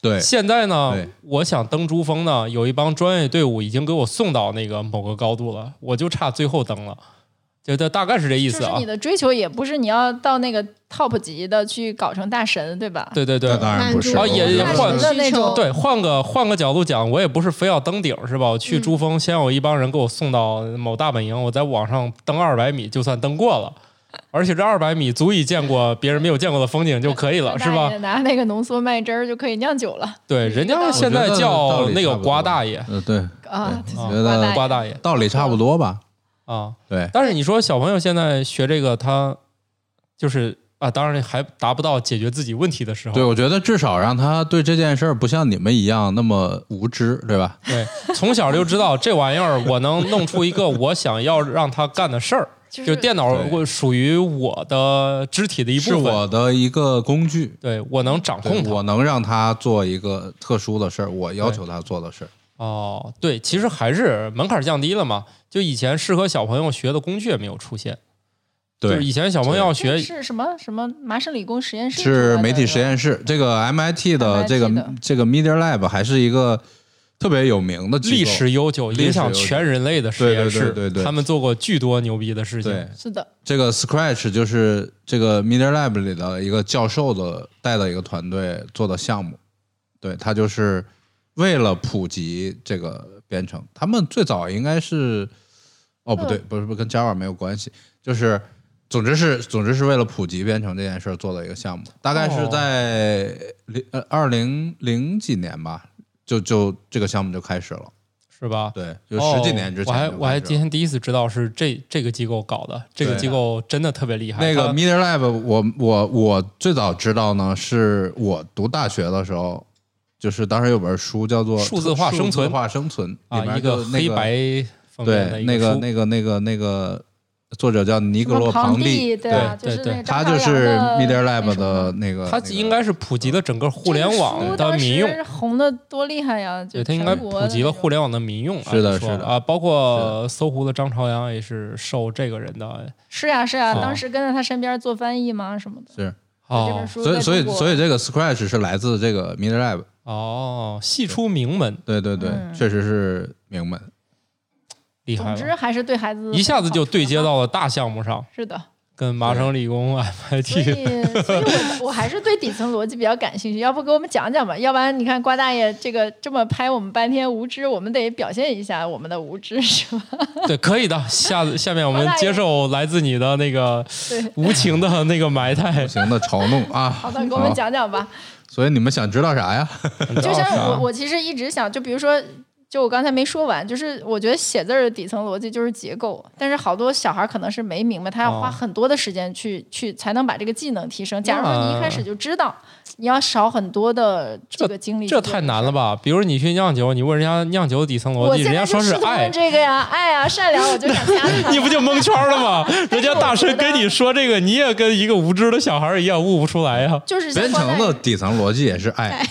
对，现在呢对，我想登珠峰呢，有一帮专业队伍已经给我送到那个某个高度了，我就差最后登了，就大大概是这意就思是啊你。的追求也不是你要到那个 top 级的去搞成大神，对吧？对对对那，当然不是，满足啊也我觉也得换的那种对，换个换个角度讲，我也不是非要登顶是吧？我去珠峰，先有一帮人给我送到某大本营，我在网上登二百米就算登过了，而且这二百米足以见过别人没有见过的风景就可以 了，是吧？？拿那个浓缩麦汁儿就可以酿酒了对，人家现在叫那个瓜大爷，呃，对，啊！我对觉瓜得大瓜大爷道理差不多吧。啊。对，但是你说小朋友现在学这个，他就是啊，当然还达不到解决自己问题的时候。对，我觉得至少让他对这件事儿不像你们一样那么无知，对吧？对，从小就知道这玩意儿，我能弄出一个我想要让他干的事儿。就就是电脑对会属于我的肢体的一是部分，我的一个工具，对我能掌控对它。我能让他做一个特殊的事儿，我要求他做的事儿。哦，对，其实还是门槛降低了嘛。就以前适合小朋友学的工具也没有出现，就是以前小朋友要这学是什么什么麻省理工实验室出来的是媒体实验室，这个 MIT 的 MIT 这个的这个 Media Lab 还是一个特别有名的机构历史悠久、历史影响悠久全人类的实验室，对对对对对他们做过巨多牛逼的事对情。，是的，这个 Scratch 就是这个 Media Lab 里的一个教授的带的一个团队做的项目，对他就是为了普及这个编程，他们最早应该是，哦不对，不是不是跟 Java 没有关系，就是总之是总之是为了普及编程这件事儿做的一个项目，大概是哦在零呃二零零几年吧，就就这个项目就开始了，是吧？对，就十几哦年之我还前就开始了、我还今天第一次知道是这这个机构搞的，这个对机构真的特别厉害。那个它 Media Lab，我我我最早知道呢，是我读大学的时候，就是当时有本书叫做《数字化生存数字化生存》里啊，面一就个黑那白封面的对一那个个书那个那个那个作者叫尼什格么罗庞庞蒂对啊，对就是对那个张他大就洋是的那 Media Lab 什么的那个，它那个应该是普及了整个互联网的民这用个，书当时红的多厉害呀！就对，它应该普及了互联网的民用。是的按说是的啊，包是括搜狐的张朝阳也是受这个人的是呀是呀，哦当时跟在他身边做翻译嘛什么的。是，这本哦书所以所在以中国所以这个 Scratch 是来自这个 Media Lab，哦，系出名门，对对对，嗯确实是名门。厉害总之了，还是对孩子一下子就对接好到了大项目上，是的，跟麻省理工、 所以 MIT 所以我我还是对底层逻辑比较感兴趣，要不给我们讲讲吧？要不然你看瓜大爷这个这么拍我们半天无知，我们得表现一下我们的无知是吧？ 对，可以的。下 次下面我们接受来自你的那个对，无情的那个埋汰不。行的嘲弄啊！好 的，给我们讲讲吧。所以你们想知道啥呀？ 就你知道像啥我，我其实一直想，就比如说，就我刚才没说完，就是我觉得写字儿的底层逻辑就是结构，但是好多小孩儿可能是没明白，他要哦花很多的时间去、去才能把这个技能提升。假如说你一开始就知道，你要少很多的这个精力这去太做难了吧？比如你去酿酒，你问人家酿酒底层逻我辑，现人家在说就是试图爱。问，这个呀，爱啊，善良，我就想加他 你不就蒙圈了 吗？人家大我神觉得跟你说这个，你也跟一个无知的小孩一样悟不出来呀、就是像编光程在的底层逻辑也是爱，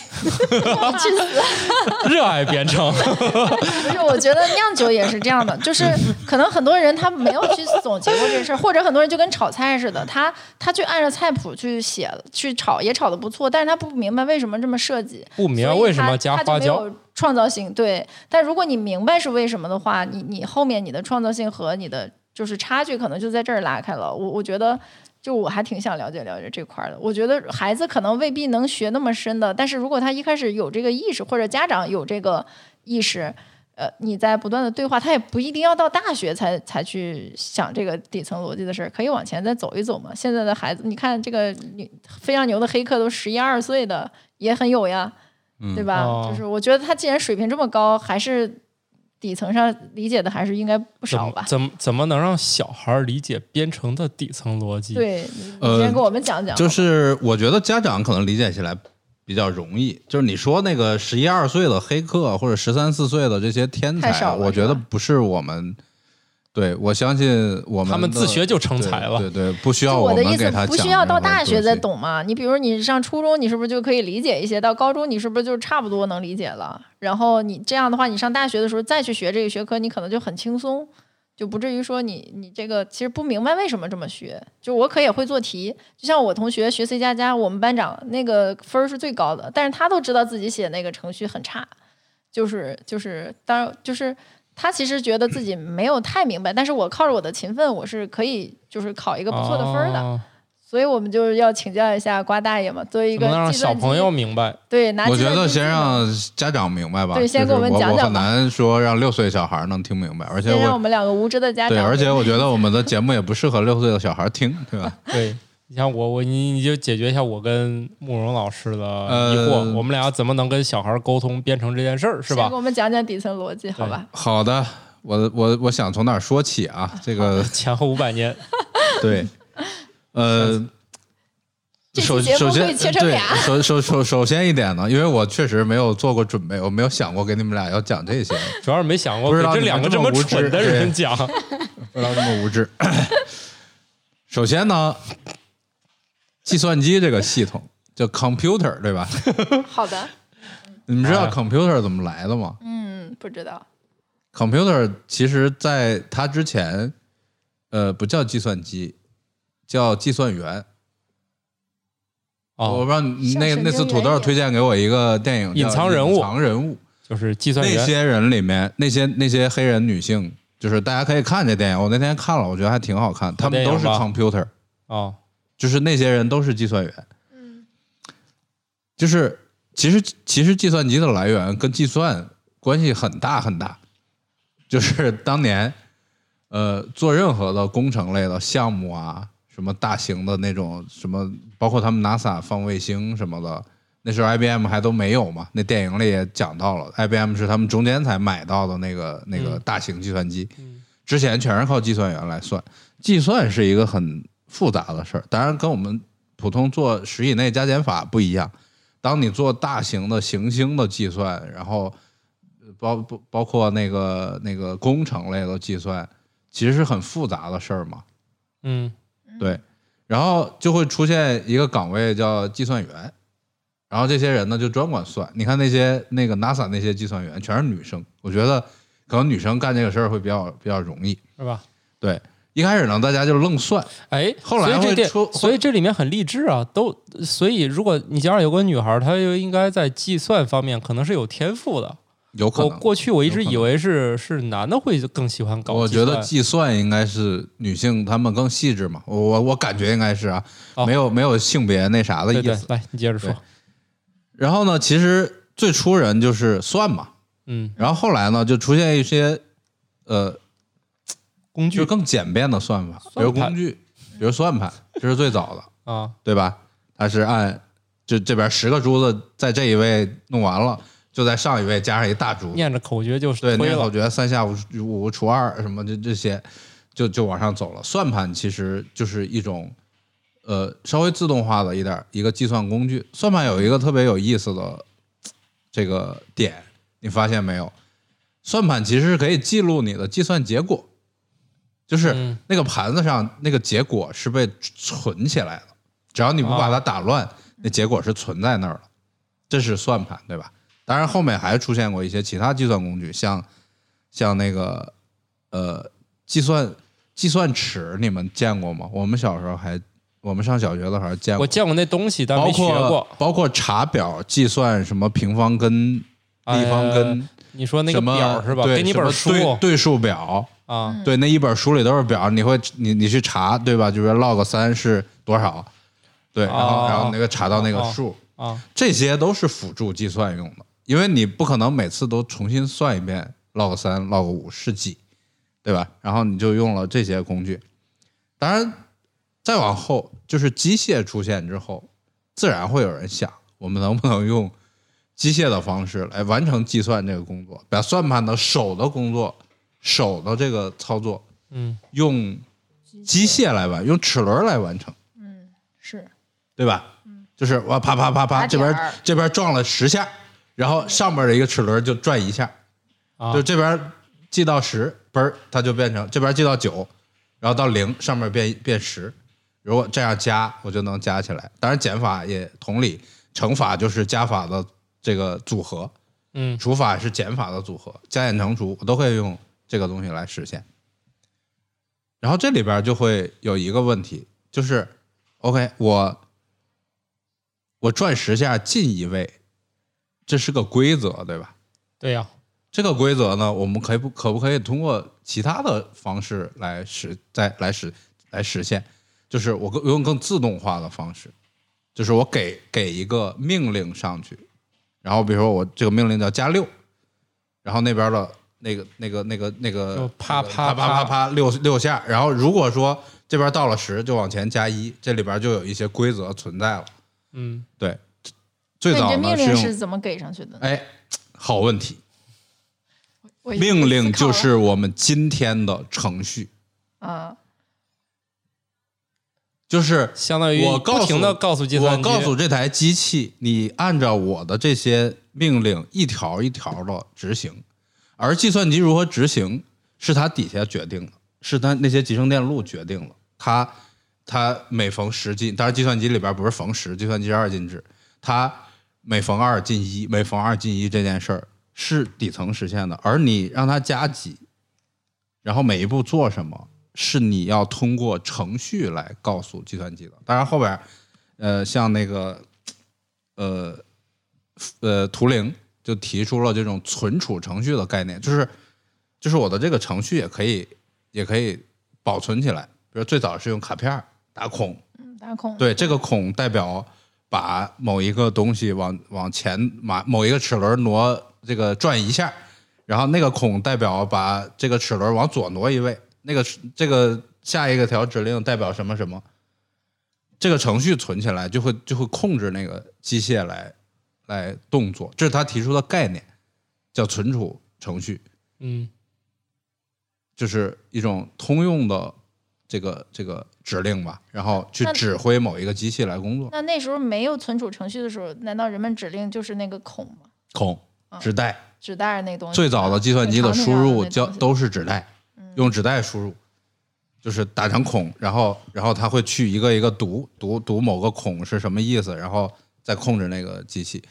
热爱编 程，不是，我觉得酿酒也是这样的，就是 可能很多人他没有去总结过这事儿，或者很多人就跟炒菜似的，他他去按照菜谱去写去炒，也炒的不错，但是他不明白为什么这么设计，不明白所以为什他么加他就花没椒。有创造性对，但如果你明白是为什么的话，你你后面你的创造性和你的就是差距可能就在这儿拉开了。我我觉得。就我还挺想了解了解这块儿的，我觉得孩子可能未必能学那么深的，但是如果他一开始有这个意识，或者家长有这个意识，呃，你在不断的对话，他也不一定要到大学才才去想这个底层逻辑的事儿，可以往前再走一走嘛。现在的孩子，你看这个你非常牛的黑客都十一二岁的也很有呀，嗯对吧？哦就是我觉得他既然水平这么高，还是底层上理解的还是应该不怎少么吧。怎么怎么能让小孩理解编程的底层逻辑？对，你呃你先给我们讲讲。就是我觉得家长可能理解起来比较容易，就是你说那个十一二岁的黑客或者十三四岁的这些天才太少啊，了我觉得是吧不是我们，对我相信我们他们的自学就成才了对对对不需就要我的们意给思他，不讲需要到任何大学东再西。懂嘛？你比如你上初中，你是不是就可以理解一些？到高中，你是不是就差不多能理解了？然后你这样的话，你上大学的时候再去学这个学科，你可能就很轻松，就不至于说你你这个其实不明白为什么这么学。就我可也会做题，就像我同学学 C 加加，我们班长那个分儿是最高的，但是他都知道自己写那个程序很差，就是就是当然就是。他其实觉得自己没有太明白，但是我靠着我的勤奋，我是可以就是考一个不错的分儿的。哦所以我们就是要请教一下瓜大爷嘛，作为一怎么个能让计小算机朋友明白？对拿我计觉算得机先技能让家长明白吧，对先给就是我们我讲我讲很吧难说让六岁小孩能听明白，而且先让我我们两个无知的家对，长而且我觉得我们的节目也不适合六岁的小孩听，对吧？ 对，你像我，我你你就解决一下我跟慕容老师的疑惑，呃我们俩怎么能跟小孩沟通编程这件事儿，是先吧给？我们讲讲底层逻辑，好吧？好的，我我我想从哪儿说起啊？这个 前后五百年，对，呃，这期首节目首可先以切成对俩首首首首先一点呢，因为我确实没有做过准备，我没有想过给你们俩要讲这些，主要是没想过不给知道这你两们个这么么无蠢知的人讲。不要这么无知。 首先呢，计算机这个系统叫 computer 对吧？好的，你们知道啊 computer 怎么来的吗嗯，不知道， ？computer 其实在它之前，呃，不叫计算机，叫计算员。我哦不，知道你那像神经那次土豆推荐给我一个电影叫隐藏人物隐藏人物，就是计算那员些人里面，那些那些黑人女性，就是大家可以看这电影，我那天看了，我觉得还挺好看。他们都是电影吧 computer，哦，就是那些人都是计算员。嗯，就是其实其实计算机的来源跟计算关系很大很大，就是当年呃做任何的工程类的项目啊，什么大型的那种什么，包括他们 NASA 放卫星什么的，那时候 IBM 还都没有嘛，那电影里也讲到了，IBM 是他们中间才买到的那个那个嗯大型计算机，之前全是靠计算员来算，计算是一个很复杂的事儿，当然跟我们普通做十以内加减法不一样。当你做大型的行星的计算，然后呃包包包括那个那个工程类的计算，其实是很复杂的事儿嘛。嗯，对，然后就会出现一个岗位叫计算员，然后这些人呢就专管算。你看那些那个 NASA 那些计算员全是女生，我觉得可能女生干这个事儿会比较比较容易。是吧？对，一开始呢大家就愣算，哎，后来所以这会电出所以这里面很励志啊，都所以如果你家里有个女孩儿，她就应该在计算方面可能是有天赋的。有可我能。过去我一直有可能以为是是男的会更喜欢搞我计觉算，得计算应该是女性她们更细致嘛，我我我感觉应该是啊，哦没有没有性别那啥的对意思。对，来你接着说对，然后呢，其实最初人就是算嘛，嗯，然后后来呢就出现一些呃，工就具更简便的算法，比算如盘工具，比如算盘，这是最早的，啊，对吧？它是按就这边十个珠子在这一位弄完了，就在上一位加上一大珠子，念着口诀就对，推念口了，诀三下五五除二什么这这些，就就往上走了。算盘其实就是一种呃稍微自动化的一点儿一个计算工具。算盘有一个特别有意思的这个点，你发现没有？算盘其实是可以记录你的计算结果，就是嗯那个盘子上那个结果是被存起来的，只要你不哦把它打乱，那结果是存在那儿了。这是算盘，对吧？当然，后面还出现过一些其他计算工具，像像那个呃计算计算尺，你们见过吗？我们小时候还，我们上小学的时候见过，我见过那东西，但包没学括过。包括查表计算什么平方根、立方根呃，你说那个什么表是吧？对给你本什书么对对数表，啊，对，那一本书里都是表，你会你你去查对吧？就是 log 三是多少，对，然后、哦然后那个查到那个哦数。啊，这些都是辅助计算用的，因为你不可能每次都重新算一遍 log 三、log 五是几，对吧？然后你就用了这些工具。当然，再往后就是机械出现之后，自然会有人想，我们能不能用机械的方式来完成计算这个工作，把算盘的手的工作、手的这个操作嗯，用机械来完，用齿轮来完成。是对吧？就是我啪啪啪嗯啪，打这点儿嗯边这边撞了十下，然后上边的一个齿轮就转一下，啊就这边记到十，嘣儿它就变成这边记到九，然后到零，上面变变十。如果这样加，我就能加起来。当然减法也同理，乘法就是加法的这个组合，嗯除法是减法的组合，加减乘除我都会用这个东西来实现。然后这里边就会有一个问题，就是，OK，我我转十下进一位，这是个规则，对吧？对呀，这个规则呢，我们可以不可不可以通过其他的方式来实再来实来实现？就是我更用更自动化的方式，就是我给给一个命令上去，然后比如说我这个命令叫加六，然后那边的那个那个那个那个就啪啪啪啪啪啪六六下，然后如果说这边到了十，就往前加一，这里边就有一些规则存在了。嗯，对，最那你早这呢命令是用是怎么给上去的呢？哎，好问题。我已经命令思考就了是我们今天的程序，啊，就是相当于我告诉不停的告诉计算我机，告诉这台机器，你按照我的这些命令一条一条的执行，而计算机如何执行是它底下决定的，是它那些集成电路决定了。它它每逢十进，当然计算机里边不是逢十，计算机是二进制，它每逢二进一，每逢二进一这件事儿是底层实现的，而你让它加几，然后每一步做什么，是你要通过程序来告诉计算机的。当然后边，呃，像那个，呃，呃，图灵就提出了这种存储程序的概念，就是就是我的这个程序也可以也可以保存起来，比如最早是用卡片儿打孔，打孔，对，这个孔代表把某一个东西往往前马某一个齿轮挪这个转一下，然后那个孔代表把这个齿轮往左挪一位，那个这个下一个条指令代表什么什么，这个程序存起来就会就会控制那个机械来来动作，这是他提出的概念，叫存储程序。嗯，就是一种通用的这个这个指令吧，然后去那指挥某一个机器来工作。那那时候没有存储程序的时候，难道人们指令就是那个孔吗？孔嗯哦纸袋，纸袋儿那东西吗。最早的计算机的输入叫长条那样的那东西嗯都是纸袋，用纸袋输入，就是打成孔，然后然后它会去一个一个读读读某个孔是什么意思，然后再控制那个机器。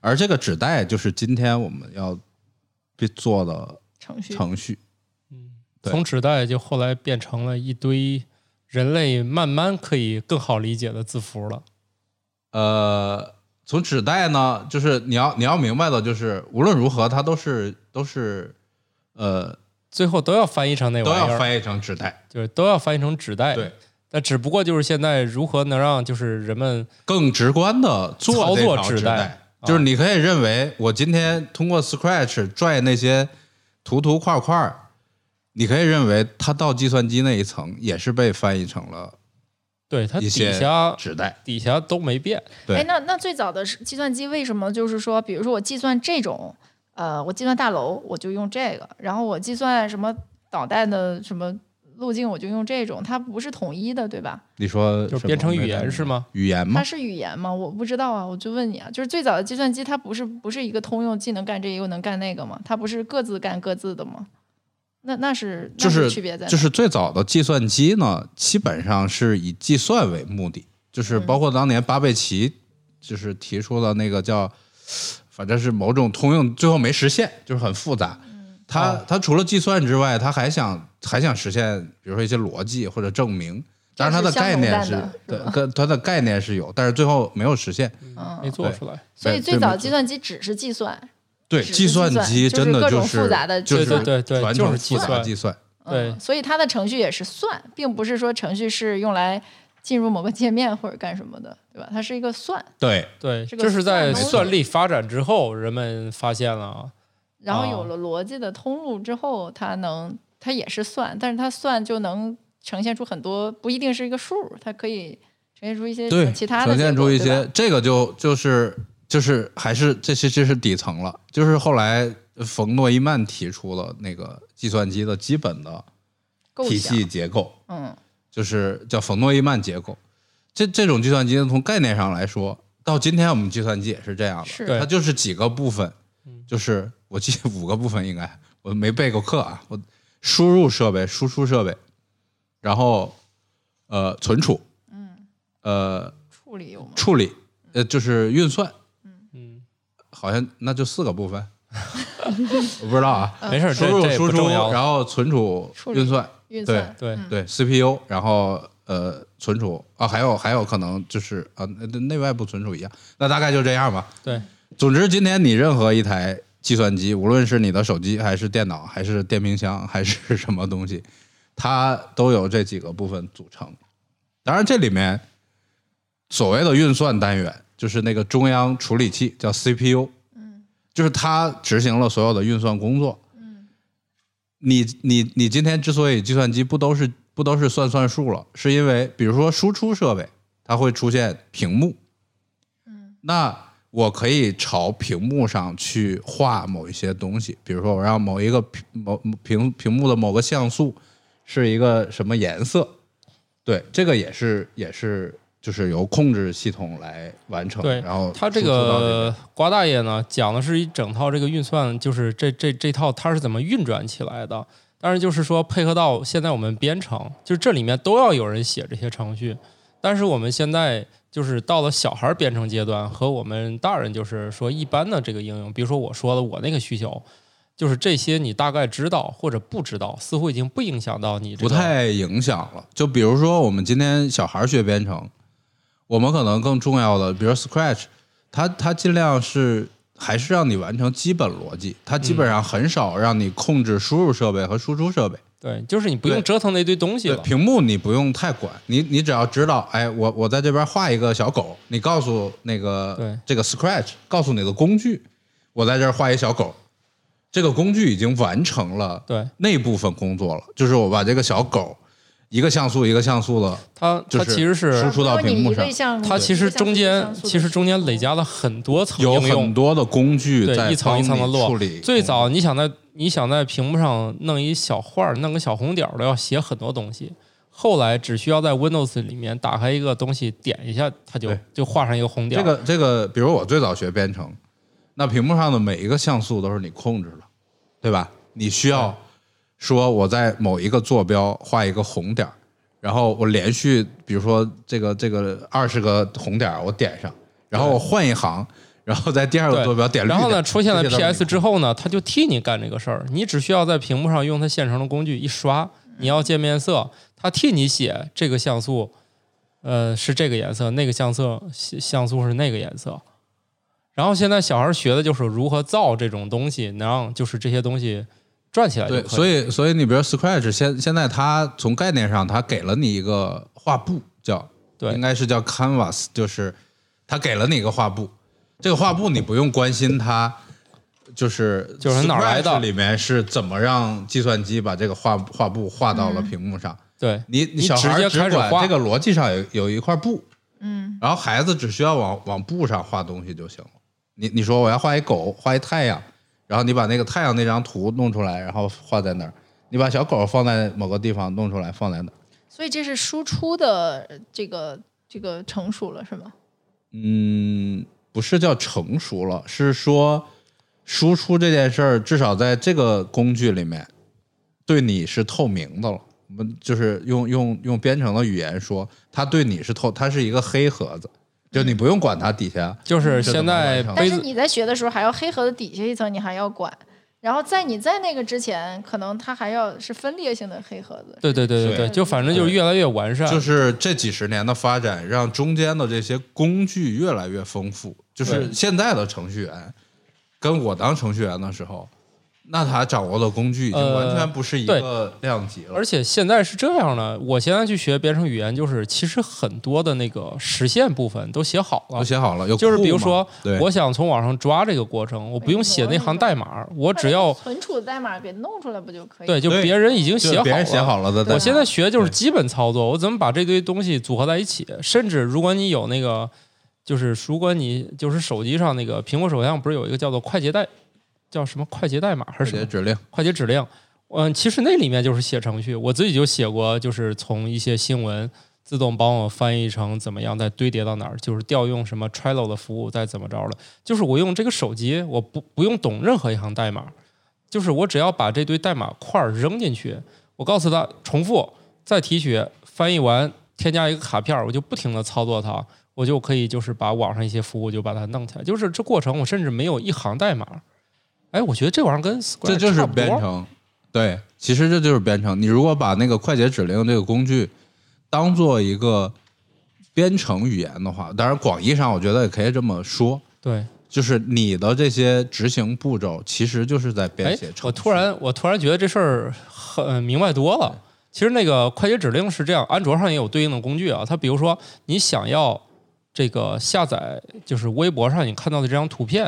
而这个纸袋就是今天我们要必做的程序。程序，对从纸袋就后来变成了一堆人类慢慢可以更好理解的字符了。呃，从纸袋呢，就是你要你要明白的，就是无论如何，它都是都是呃最后都要翻译成那都玩意要儿，哎翻译成纸袋，就是都要翻译成纸袋。对，但只不过就是现在如何能让就是人们更直观的操做这作条纸纸袋啊就是你可以认为我今天通过 Scratch 拽那些图图块块儿，你可以认为它到计算机那一层也是被翻译成了对它一底些下纸袋。底下都没变，对哎，那那最早的是计算机为什么就是说，比如说我计算这种，呃，我计算大楼我就用这个，然后我计算什么导弹的什么路径我就用这种，它不是统一的，对吧？你说就是什么编程语没言看是吗？语言吗它？是语言吗？我不知道啊，我就问你啊，就是最早的计算机它不是不是一个通用，既能干这个又能干那个吗？它不是各自干各自的吗？那那是那就是是区别在哪就是最早的计算机呢，基本上是以计算为目的，就是嗯包括当年巴贝奇就是提出的那个叫，反正是某种通用，最后没实现，就是很复杂。嗯他哦他除了计算之外，他还想还想实现，比如说一些逻辑或者证明。当然，它这是相概容念蛋是的，对是吧，跟它的概念是有，但是最后没有实现。没做出来。嗯所以对最早没计算机只是计算，对只是计算计算机就是真的各种就复是杂的就是对对对传就统是计复杂算计算。对嗯，所以它的程序也是算，并不是说程序是用来进入某个界面或者干什么的，对吧？它是一个算，对，对，这个这是在算东西算力发展之后，人们发现了啊，然后有哦了逻辑的通路之后，它能它也是算，但是它算就能呈现出很多，不一定是一个数，它可以呈现出一些什么对，其他的呈现结果出一对些吧这个就就是就是还是这些这是底层了，就是后来冯诺依曼提出了那个计算机的基本的构体想系。结构，嗯，就是叫冯诺依曼结构。这这种计算机从概念上来说，到今天我们计算机也是这样的，是对它就是几个部分，就是我记得五个部分应该我没备过课啊，我输入设备、输出设备，然后呃存储，嗯，呃处理有吗？处理，呃，就是运算，嗯，好像那就四个部 分，我不知道啊。嗯没事儿，输这入这也输不出，重要。然后存储呃处、理运算，运算对，对 CPU，然后呃存储啊，还有还有可能就是啊内内外部存储一样，那大概就这样吧。对，总之，今天你任何一台计算机，无论是你的手机还是电脑，还是电冰箱，还是什么东西，它都有这几个部分组成。当然，这里面所谓的运算单元，就是那个中央处理器，叫 CPU，嗯，就是它执行了所有的运算工作。嗯，你你你今天之所以计算机不都是不都是算算数了，是因为比如说输出设备，它会出现屏幕，那我可以朝屏幕上去画某一些东西，比如说我让某一个屏某某屏屏幕的某个像素是一个什么颜色，对，这个也是也是就是由控制系统来完成，对然后他这输出到边个瓜大爷呢，讲的是一整套这个运算，就是这这这套它是怎么运转起来的。但是就是说，配合到现在我们编程，就是这里面都要有人写这些程序。但是我们现在就是到了小孩编程阶段，和我们大人就是说一般的这个应用，比如说我说的我那个需求，就是这些你大概知道或者不知道，似乎已经不影响到你这不个。太影响了。就比如说，我们今天小孩学编程，我们可能更重要的，比如 Scratch，它它尽量是还是让你完成基本逻辑，它基嗯本上很少让你控制输入设备和输出设备。对，就是你不用对折腾那堆东西对，了。屏幕你不用太管，你你只要知道，哎，我我在这边画一个小狗，你告诉那对个这个 Scratch，告诉你的工具，我在这儿画一小狗，这个工具已经完成了对，那部分工作了，就是我把这个小狗一个像素一个像素的，它就它是其实是输出到屏幕上嗯它其实中间其实中哦间累加了很多层有应很用，多的工具在对，一层一层的帮你落。处理。嗯最早你想在你想在屏幕上弄一小画儿，弄个小红点儿的，要写很多东西。后来只需要在 Windows 里面打开一个东西，点一下，它就对就画上一个红点这儿。个这个，比如我最早学编程，那屏幕上的每一个像素都是你控制的，对吧？你需要说我在某一个坐标画一个红点儿，然后我连续，比如说这个这个二十个红点儿我点上，然后我换一行，然后在第二个对坐标点绿然点。后呢，出现了这些都是你 PS 之后呢，它就替你干这个事儿。你只需要在屏幕上用它现成的工具一刷，你要界面色，它替你写这个像素，呃，是这个颜色，那个像素像像素是那个颜色。然后现在小孩儿学的就是如何造这种东西，能让就是这些东西转起来就对，可所以。以所以你比如 Scratch 现现在它从概念上，它给了你一个画布，叫对应该是叫 Canvas，就是它给了你一个画布，这个画布你不用关心它。就是就是哪儿来的 Scratch 里面是怎么让计算机把这个画画布画到了屏幕上？对你你小直孩接儿开始只管画这个逻辑上有有一块布，嗯，然后孩子只需要往往布上画东西就行了。你你说我要画一狗，画一太阳，然后你把那个太阳那张图弄出来，然后画在那儿。你把小狗放在某个地方弄出来，放在哪儿？所以这是输出的呃这个这个成熟了是吗？嗯，不是叫成熟了，是说输出这件事儿，至少在这个工具里面，对你是透明的了。我们就是用用用编程的语言说，它对你是透，它是一个黑盒子，就你不用管它底下。就是这怎现么在完成但杯是子你在学的时候还要黑盒子底下一层你还要管，然后在你在那个之前，可能它还要是分裂性的黑盒子。对对对对对，是就反正就是越来越完善。就是这几十年的发展，让中间的这些工具越来越丰富。就是对现在的程序员，跟我当程序员的时候，那他掌握的工具已经完全不是一个量级了。而且现在是这样的，我现在去学编程语言，就是其实很多的那个实现部分都写好了都，写好了，有就是比如库嘛说对，我想从网上抓这个过程，我不用写那行代码，我只要存储代码给弄出来不就可以？对，，就对别人已经写就好别人写了。好了的代码，我现在学就是对基本操作，我怎么把这堆东西组合在一起？甚至如果你有那个，就是如果你就是手机上那个苹果手机上不是有一个叫做快捷代，叫什么快捷代码还是什写么指令，快捷指令？嗯，其实那里面就是写程序，我自己就写过，就是从一些新闻自动帮我翻译成怎么样，再堆叠到哪儿，就是调用什么 Trello 的服务，再怎么着了。就是我用这个手机，我不不用懂任何一行代码，就是我只要把这堆代码块儿扔进去，我告诉他重复，再提取，翻译完，添加一个卡片儿，我就不停的操作它，我就可以就是把网上一些服务就把它弄起来。就是这过程，我甚至没有一行代码。哎，我觉得这玩意儿跟 Scratch 这就是差不多编程。对，其实这就是编程。你如果把那个快捷指令这个工具当做一个编程语言的话，当然广义上我觉得也可以这么说，对。就是你的这些执行步骤其实就是在编哎写程，序。我突然我突然觉得这事儿很呃明白多了。其实那个快捷指令是这样，安卓上也有对应的工具啊。它比如说你想要这个下载，就是微博上你看到的这张图片，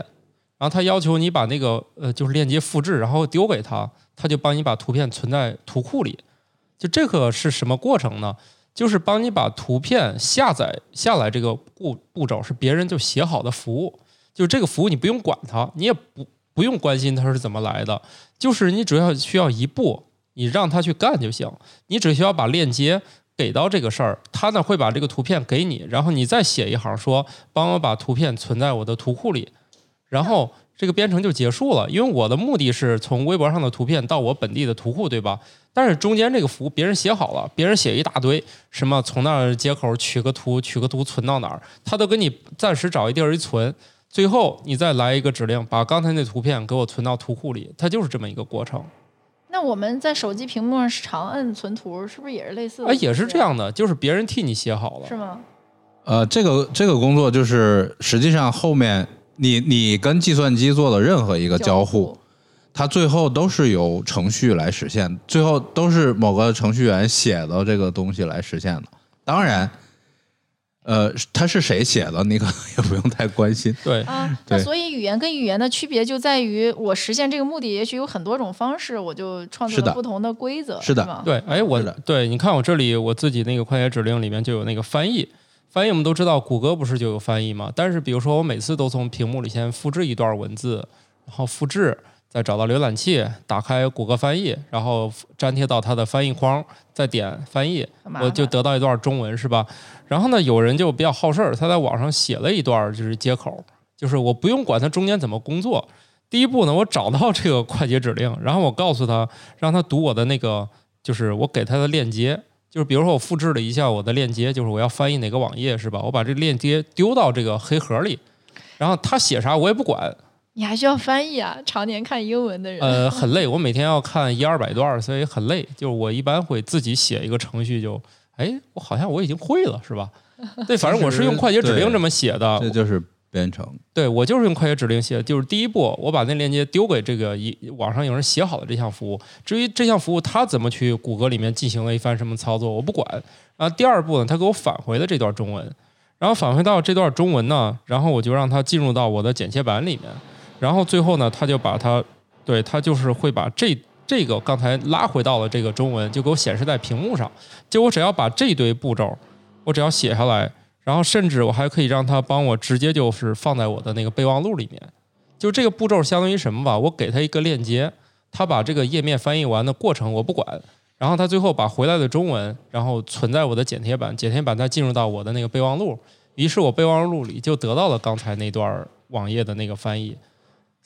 然后它要求你把那个呃就是链接复制，然后丢给他，他就帮你把图片存在图库里。就这个是什么过程呢？就是帮你把图片下载下来，这个步步骤是别人就写好的服务，就是这个服务你不用管它，你也不不用关心它是怎么来的，就是你只要需要一步，你让它去干就行。你只需要把链接给到这个事儿，他呢会把这个图片给你，然后你再写一行说帮我把图片存在我的图库里，然后这个编程就结束了。因为我的目的是从微博上的图片到我本地的图库，对吧？但是中间这个服务别人写好了，别人写一大堆，什么从那儿接口取个图，取个图存到哪儿，他都给你暂时找一地儿一存，最后你再来一个指令，把刚才那图片给我存到图库里，它就是这么一个过程。那我们在手机屏幕上长按存图，是不是也是类似的？哎，也是这，样的，就是别人替你写好了是。吗？呃，这个这个工作就是实际上后面你你跟计算机做的任何一个交互，它最后都是由程序来实现，最后都是某个程序员写的这个东西来实现的。当然，呃，它是谁写的，你可能也不用太关心。对， 啊，那对所以语言跟语言的区别就在于，我实现这个目的也许有很多种方式，我就创是作的了不同的规则，是的吗？对，哎，我是的对，你看我这里我自己那个快捷指令里面就有那个翻译，翻译我们都知道，谷歌不是就有翻译吗？但是比如说我每次都从屏幕里先复制一段文字，然后复制，再找到浏览器，打开谷歌翻译，然后粘贴到它的翻译框，再点翻译，很麻我就烦得到一段中文是吧？然后呢，有人就比较好事儿，他在网上写了一段就是接口，就是我不用管它中间怎么工作。第一步呢，我找到这个快捷指令， 然后我告诉他，让他读我的那个，就是我给他的链接，就是比如说我复制了一下我的链接，就是我要翻译哪个网页是吧？我把这个链接丢到这个黑盒里，然后他写啥我也不管，你还需要翻译啊，常年看英文的人，呃，很累，我每天要看一二百段儿，所以很累。就是我一般会自己写一个程序就，哎，我好像我已经会了，是吧？对，反正我是用快捷指令这么写的这，就是编程。对我就是用快捷指令写的。就是第一步，我把那链接丢给这个一网上有人写好的这项服务。至于这项服务它怎么去谷歌里面进行了一番什么操作，我不管。然后第二步呢，它给我返回了这段中文，然后返回到这段中文呢，然后我就让它进入到我的剪切板里面，然后最后呢，它就把它，对，它就是会把这。这个刚才拉回到了这个中文，就给我显示在屏幕上。就我只要把这堆步骤，我只要写下来，然后甚至我还可以让它帮我直接就是放在我的那个备忘录里面。就这个步骤相当于什么吧？我给它一个链接，它把这个页面翻译完的过程我不管，然后它最后把回来的中文，然后存在我的剪贴板，剪贴板再进入到我的那个备忘录，于是我备忘录里就得到了刚才那段网页的那个翻译。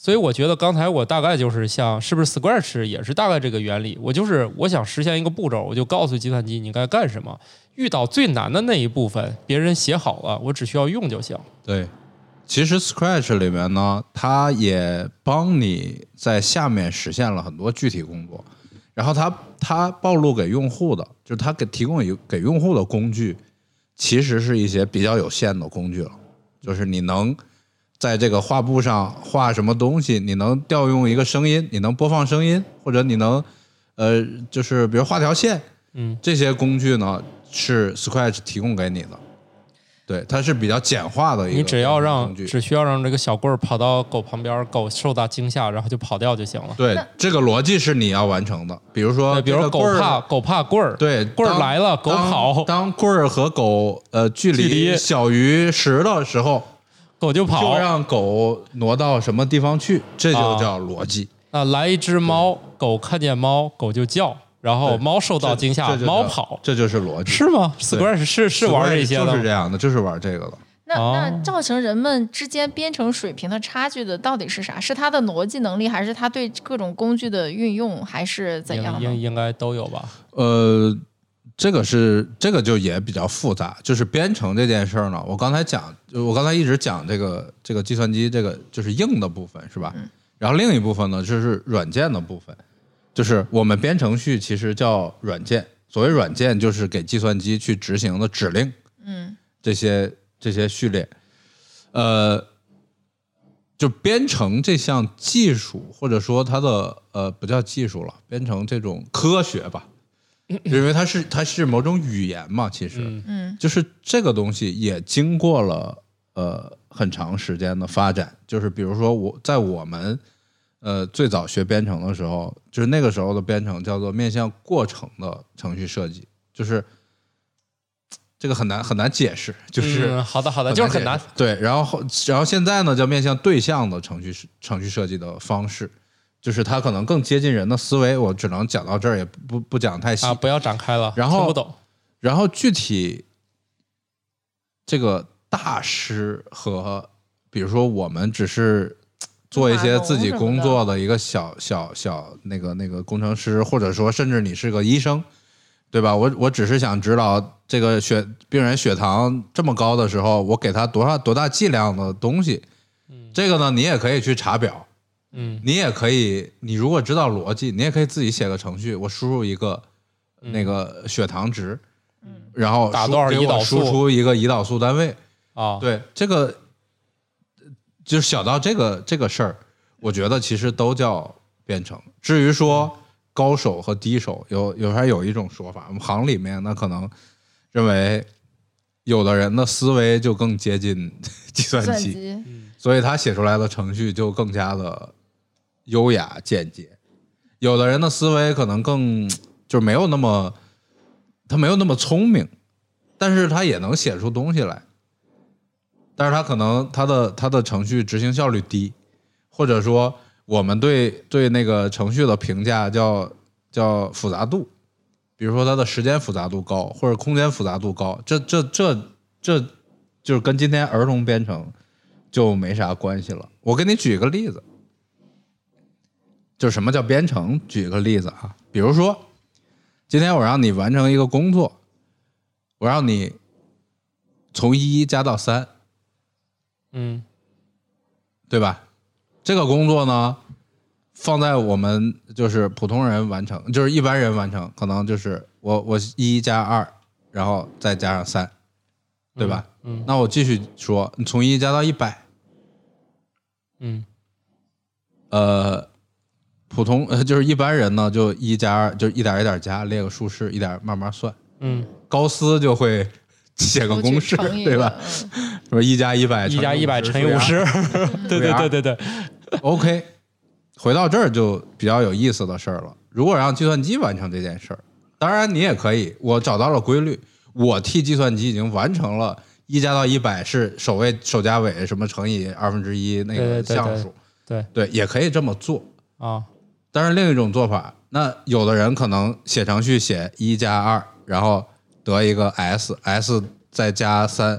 所以我觉得刚才我大概就是像是不是 Scratch 也是大概这个原理，我就是我想实现一个步骤，我就告诉计算机你该干什么，遇到最难的那一部分，别人写好了，我只需要用就行。对，其实 Scratch 里面呢，它也帮你在下面实现了很多具体工作，然后它它暴露给用户的，就是它给提供有给用户的工具，其实是一些比较有限的工具了，就是你能。在这个画布上画什么东西，你能调用一个声音，你能播放声音，或者你能，呃，就是比如画条线，嗯，这些工具呢是 Scratch 提供给你的，对，它是比较简化的一个你只要让工具只需要让这个小棍儿跑到狗旁边，狗受到惊吓，然后就跑掉就行了。对这个逻辑是你要完成的，比如说对，比如这说个狗棍儿怕狗怕棍儿，对棍儿当来了，狗当跑，当棍儿和狗呃距距离离小于十的时候，狗就跑就。让狗挪到什么地方去，这就叫逻辑。啊，来一只猫，狗看见猫，狗就叫，然后对猫受到这惊吓这，就猫叫跑，这就是逻辑。是吗？Scratch 是是玩这些的就是这吗，样的，就是玩这个的。那哦那造成人们之间编程水平的差距的到底是啥？是他的逻辑能力，还是他对各种工具的运用，还是怎样应呢应？应该都有吧？呃，这个是这个就也比较复杂，就是编程这件事儿呢，我刚才讲，我刚才一直讲这个这个计算机这个就是硬的部分是吧？然后另一部分呢就是软件的部分，就是我们编程序其实叫软件，所谓软件就是给计算机去执行的指令，嗯，这些这些序列，呃。就编程这项技术，或者说它的呃不叫技术了，编程这种科学吧，因为它是它是某种语言嘛，其实，嗯嗯，就是这个东西也经过了呃很长时间的发展，就是比如说我在我们呃最早学编程的时候，就是那个时候的编程叫做面向过程的程序设计，就是这个很难很难解释，就是。嗯好的好的，就是很难解。释。对，然后后然后现在呢，叫面向对象的程序设程序设计的方式，就是它可能更接近人的思维。我只能讲到这儿，也不不不讲太细。啊啊，不要展开了，然后听不懂。然后具体这个大师和，比如说我们只是做一些自己工作的一个小小小那个那个工程师，或者说甚至你是个医生，对吧？我我只是想知道这个血病人血糖这么高的时候，我给他多少多大剂量的东西。这个呢，你也可以去查表，嗯你也可以，你如果知道逻辑，你也可以自己写个程序，我输入一个那个血糖值，然后打输多少给我胰岛素输出一个胰岛素单位。啊，对，这个就是小到这个这个事儿，我觉得其实都叫编程。至于说高手和低手，有有还有一种说法，我们行里面那可能认为有的人的思维就更接近计算算机，机所以他写出来的程序就更加的优雅简洁。有的人的思维可能更就是没有那么，他没有那么聪明，但是他也能写出东西来。但是他可能他的他的程序执行效率低，或者说我们对对那个程序的评价叫叫复杂度，比如说它的时间复杂度高，或者空间复杂度高，这这这这就是跟今天儿童编程就没啥关系了。我给你举一个例子，就是什么叫编程？举个例子啊，比如说，今天我让你完成一个工作，我让你从一加到三，嗯对吧？这个工作呢，放在我们就是普通人完成，就是一般人完成，可能就是我我一加二，然后再加上三，对吧？嗯那我继续说，你从一加到一百，嗯呃，普通 呃就是一般人呢，就一加二，就是一点一点加，列个数式，一点慢慢算。嗯，高斯就会写个公式，对吧？？什么一加一百，一加一百乘以五50十， 对啊对对对对， OK，回到这儿就比较有意思的事儿了。如果让计算机完成这件事儿，当然你也可以，我找到了规律，我替计算机已经完成了一加到一百是首位首加尾什么乘以二分之一那对个对对项对数，对对，也可以这么做。啊，但是另一种做法，那有的人可能写程序写一加二，然后得一个 s，s 再加三，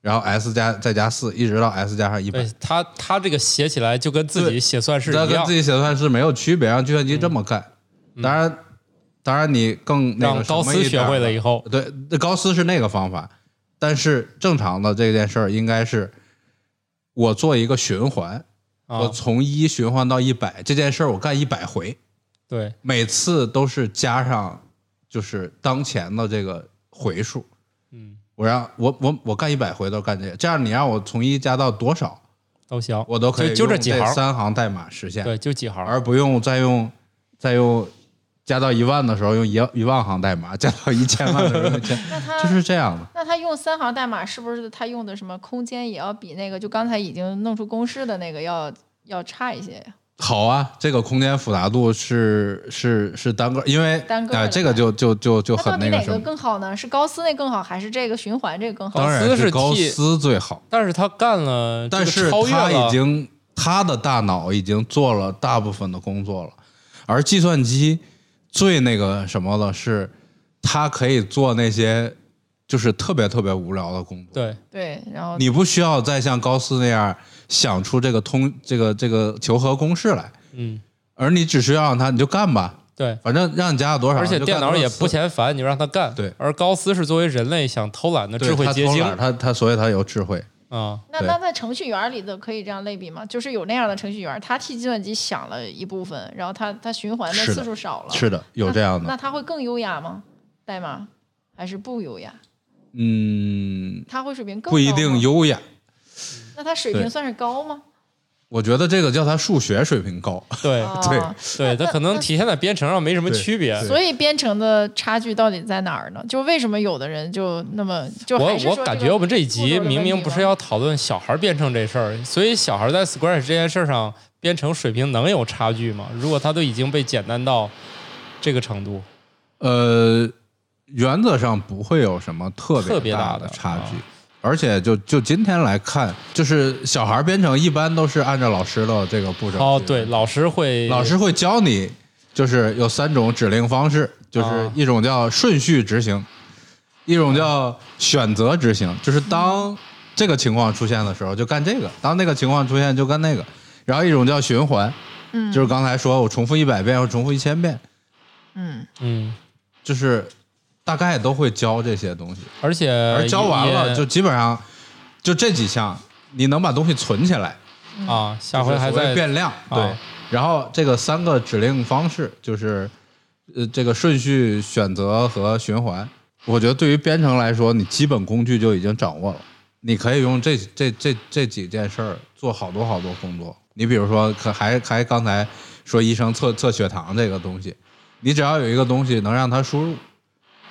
然后 s 加再加四，一直到 s 加上一百对。他他这个写起来就跟自己对写算式这一跟样嗯自，己写的算式没有区别，让计算机这么干。当然，当然你更那让个高什斯么一学点儿会了以后，对，那高斯是那个方法，但是正常的这件事儿应该是我做一个循环，我啊，从一循环到一百，这件事儿我干一百回，对，每次都是加上就是当前的这个回数。嗯，我让我我我干一百回都干这个，这样你让我从一加到多少，都行，我都可以就就这用几行，三行代码实现。对，就几行，而不用再用再用加到一万的时候用一一万行代码， 加到一千万的时候用 一千，那他就是这样的。那他用三行代码是不是他用的什么空间也要比那个就刚才已经弄出公式的那个要要差一些呀？好啊，这个空间复杂度是是是单个，因为单个的呃、这个就就就就那到很底个哪什个么，更好呢？是高斯那更好，还是这个循环这个更好？当然是高高斯是替斯最好，但是他干了，但这是个超越他了已经他的大脑已经做了大部分的工作了，而计算机最那个什么的是，它可以做那些就是特别特别无聊的工作。对，对，然后你不需要再像高斯那样想出这个通这个这个求和公式来，嗯，而你只需要让他你就干吧，对。反正让你加了多少，而且你啊就电干脑多少也次不嫌烦，你就让他干。对而高斯是作为人类想偷懒的对智慧他结偷晶懒他他所以他有智慧，啊，那对那在程序员里的可以这样类比吗？就是有那样的程序员，他替计算机想了一部分，然后他他循环的是的次数少了，是的，有这样那的，他会更优雅吗？代码还是不优雅？嗯，他会水平更不一高定吗。优雅，那他水平对算是高吗？我觉得这个叫他数学水平高，对啊对对，它那可能体现在编程上没什么对区别。对所以编程的差距到底在哪儿呢？就为什么有的人就那么就还我是说我这个感觉我们这一步骤集的问明明题啊不吗是要讨论小孩编程这事儿，所以小孩在 Scratch 这件事儿上编程水平能有差距吗？如果他都已经被简单到这个程度，呃，原则上不会有什么特特别大大的差距啊。而且就就今天来看，就是小孩编程一般都是按照老师的这个步骤去。哦，对，老师会老师会教你，就是有三种指令方式，就是啊一种叫顺序执行，一种叫选择执行，就是当这个情况出现的时候就干这个，当那个情况出现就干那个。然后一种叫循环，嗯，就是刚才说我重复一百遍或重复一千遍，嗯，嗯，就是大概都会教这些东西。而且而教完了呃也就基本上就这几项，你能把东西存起来，啊，下回还就是所谓在变量对啊。然后这个三个指令方式就是，呃，这个顺序、选择和循环。我觉得对于编程来说，你基本工具就已经掌握了，你可以用这这这这几件事儿做好多好多工作。你比如说，可还还刚才说医生测测血糖这个东西，你只要有一个东西能让它输入，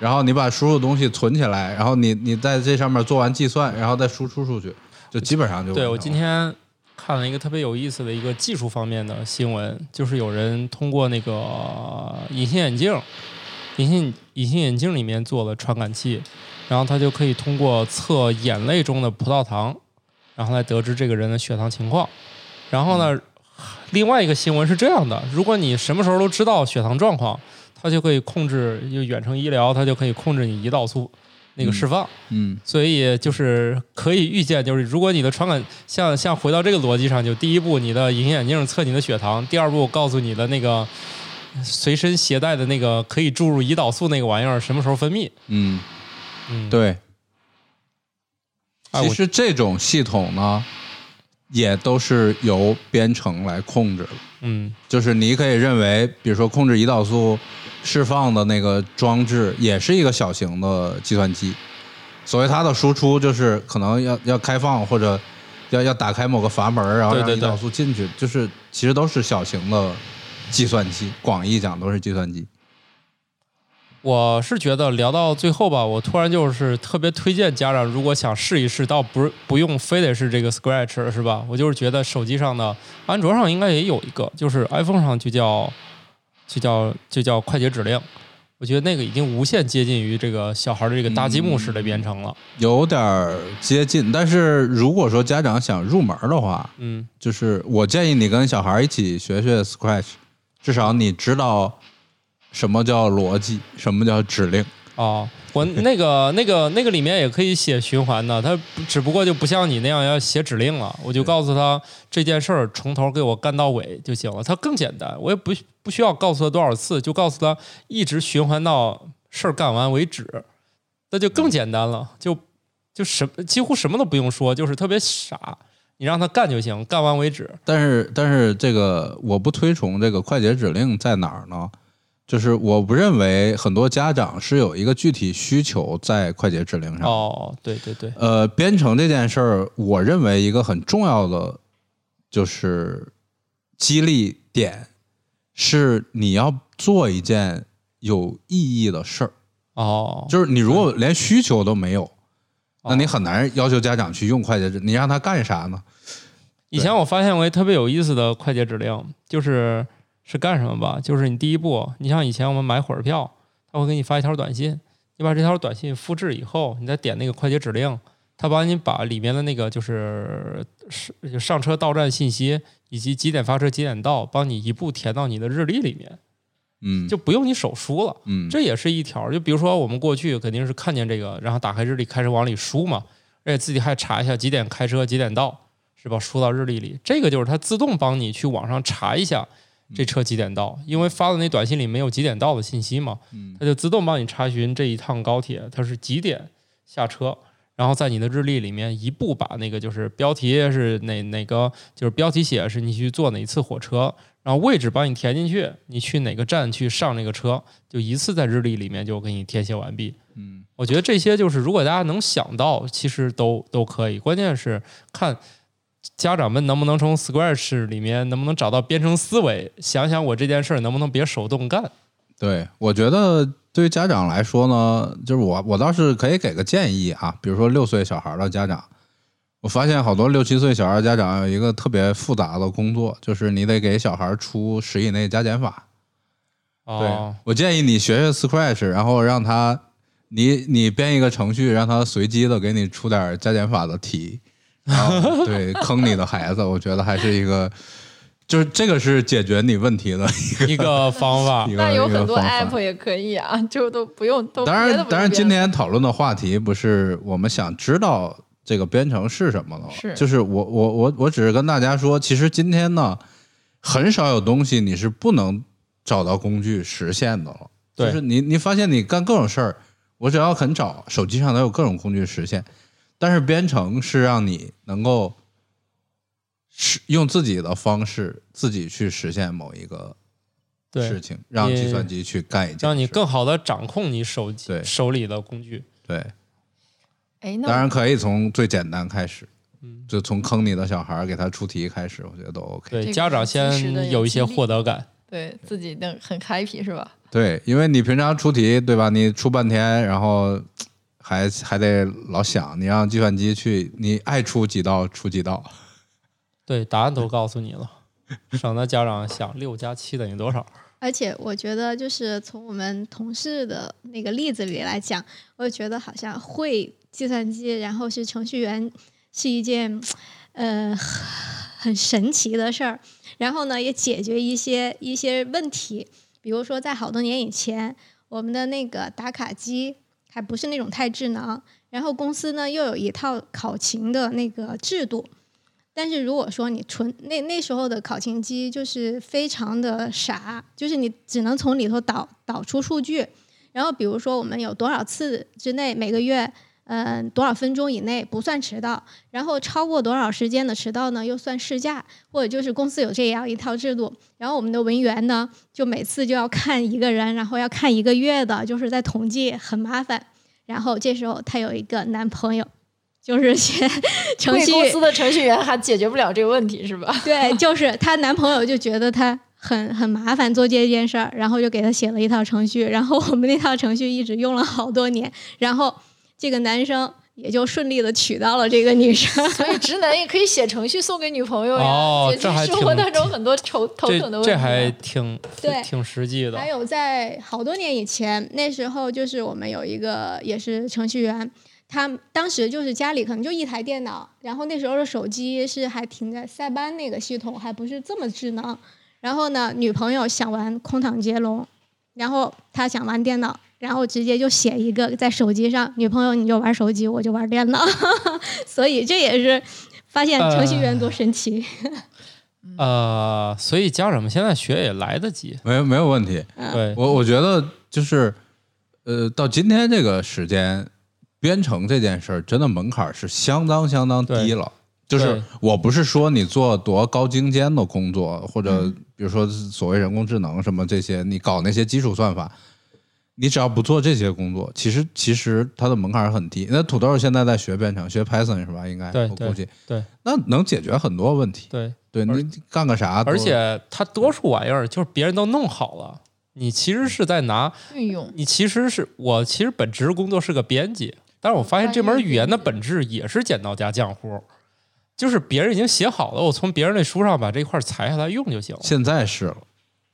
然后你把输入东西存起来，然后你你在这上面做完计算，然后再输出出去，就基本上就对完我成今了天看了一个特别有意思的一个技术方面的新闻，就是有人通过那个隐形眼镜，隐形隐形眼镜里面做了传感器，然后他就可以通过测眼泪中的葡萄糖，然后来得知这个人的血糖情况。然后呢，另外一个新闻是这样的：如果你什么时候都知道血糖状况，它就可以控制，就远程医疗，它就可以控制你胰岛素那个释放。嗯所以就是可以预见，就是如果你的传感像像回到这个逻辑上，就第一步你的隐形眼镜测你的血糖，第二步告诉你的那个随身携带的那个可以注入胰岛素那个玩意儿什么时候分泌。嗯嗯，，对。哎、其我实这种系统呢，也都是由编程来控制的。嗯就是你可以认为，比如说控制胰岛素释放的那个装置，也是一个小型的计算机。所谓它的输出，就是可能要要开放或者要要打开某个阀门，然后对让对胰对岛素进去，就是其实都是小型的计算机。广义讲都是计算机。我是觉得聊到最后吧，我突然就是特别推荐家长，如果想试一试，倒不是不用非得是这个 Scratch 是吧？我就是觉得手机上的，安卓上应该也有一个，就是 iPhone 上就叫就叫就叫快捷指令。我觉得那个已经无限接近于这个小孩的这个搭积木式的编程了。有点儿接近，但是如果说家长想入门的话，嗯，就是我建议你跟小孩一起学学 Scratch，至少你知道什么叫逻辑，什么叫指令。哦，我那个那个那个里面也可以写循环的，它只不过就不像你那样要写指令了，我就告诉他这件事儿从头给我干到尾就行了，它更简单，我也不不需要告诉他多少次，就告诉他一直循环到事儿干完为止，那就更简单了，就就什几乎什么都不用说，就是特别傻，你让他干就行，干完为止。但是，但是这个我不推崇这个快捷指令在哪儿呢？就是我不认为很多家长是有一个具体需求在快捷指令上。哦，对对对，呃，编程这件事儿，我认为一个很重要的就是激励点，是你要做一件有意义的事儿。哦，就是你如果连需求都没有，哦那你很难要求家长去用快捷指，你让他干啥呢？以前我发现过一特别有意思的快捷指令，就是是干什么吧？就是你第一步，你像以前我们买火车票，他会给你发一条短信，你把这条短信复制以后，你再点那个快捷指令，他帮你把里面的那个就是是就上车到站信息以及几点发车几点到，帮你一步填到你的日历里面，嗯，就不用你手输了。嗯，这也是一条儿。就比如说我们过去肯定是看见这个，然后打开日历开始往里输嘛，而且自己还查一下几点开车，几点到，是吧？输到日历里，这个就是它自动帮你去网上查一下这车几点到，因为发的那短信里没有几点到的信息嘛，嗯它就自动帮你查询这一趟高铁它是几点下车。然后在你的日历里面一步把那个就是标题是哪哪个就是标题写是你去坐哪一次火车，然后位置帮你填进去，你去哪个站去上那个车，就一次在日历里面就给你填写完毕。嗯，我觉得这些就是如果大家能想到，其实都都可以，关键是看家长们能不能从 Scratch 里面能不能找到编程思维，想想我这件事儿能不能别手动干。对，我觉得对于家长来说呢，就是我我倒是可以给个建议啊，比如说六岁小孩的家长，我发现好多六七岁小孩家长有一个特别复杂的工作，就是你得给小孩出十以内加减法。哦，我建议你学学 Scratch，然后让他，你你编一个程序，让他随机的给你出点加减法的题，然后对坑你的孩子，我觉得还是一个就是这个是解决你问题的 一个方法 一个那有很多一个方法 app 也可以啊，就都不用都当别的然不，用当然，编今天讨论的话题不是我们想知道这个编程是什么了，是就是我我我我只是跟大家说，其实今天呢，很少有东西你是不能找到工具实现的了。对就是你你发现你干各种事儿，我只要肯找，手机上能有各种工具实现，但是编程是让你能够是用自己的方式自己去实现某一个事对，情，让你计算机去干一件事，让你更好的掌控你手机对手里的工具。对。哎，那当然可以从最简单开始，就从坑你的小孩儿给他出题开始，我觉得都 OK。这嗯对，个家长是及时的先有一些激励获得感，对自己能很 happy 是吧？对，因为你平常出题对吧？你出半天，然后还还得老想，你让计算机去，你爱出几道出几道。对，答案都告诉你了，省得家长想六加七等于多少。而且我觉得，就是从我们同事的那个例子里来讲，我觉得好像会计算机，然后是程序员，是一件呃很神奇的事儿。然后呢，也解决一些一些问题，比如说在好多年以前，我们的那个打卡机还不是那种太智能，然后公司呢又有一套考勤的那个制度，但是如果说你纯那那时候的考勤机就是非常的傻，就是你只能从里头导导出数据，然后比如说我们有多少次之内每个月，嗯、多少分钟以内不算迟到，然后超过多少时间的迟到呢又算事假，或者就是公司有这样一套制度，然后我们的文员呢就每次就要看一个人，然后要看一个月的，就是在统计，很麻烦。然后这时候她有一个男朋友，就是 学程贵序公司的程序员还解决不了这个问题是吧？ 对，就是她男朋友就觉得她很很麻烦做这件事儿，然后就给她写了一套程序，然后我们那套程序一直用了好多年，然后这个男生也就顺利的娶到了这个女生。 所以直男也可以写程序送给女朋友呀，哦解这决还生活挺当中很多头头这疼的问题啊。这还挺对挺实际的还，有在好多年以前，那时候就是我们有一个也是程序员，他当时就是家里可能就一台电脑，然后那时候的手机是还停在塞班那个系统，还不是这么智能。然后呢，女朋友想玩空挡接龙，然后他想玩电脑，然后直接就写一个在手机上，女朋友你就玩手机，我就玩电脑， 所以这也是发现程序员多神奇。呃，所以家长们现在学也来得及。没有没有问题。嗯对，我我觉得就是，呃，到今天这个时间，编程这件事儿真的门槛儿是相当相当低了。就是对我不是说你做多高精尖的工作，或者嗯比如说所谓人工智能什么这些，你搞那些基础算法，你只要不做这些工作，其实其实它的门槛儿很低。那土豆现在在学编程，学 Python 是吧？应该对我对估计，对那能解决很多问题。对，对而你干个啥都？而且它多数玩意儿就是别人都弄好了，你其实是在拿，运用你其实是我其实本职工作是个编辑，但是我哦发现这门语言的本质也是剪刀加浆糊，就是别人已经写好了，我从别人那书上把这块儿裁下来用就行了。现在是了。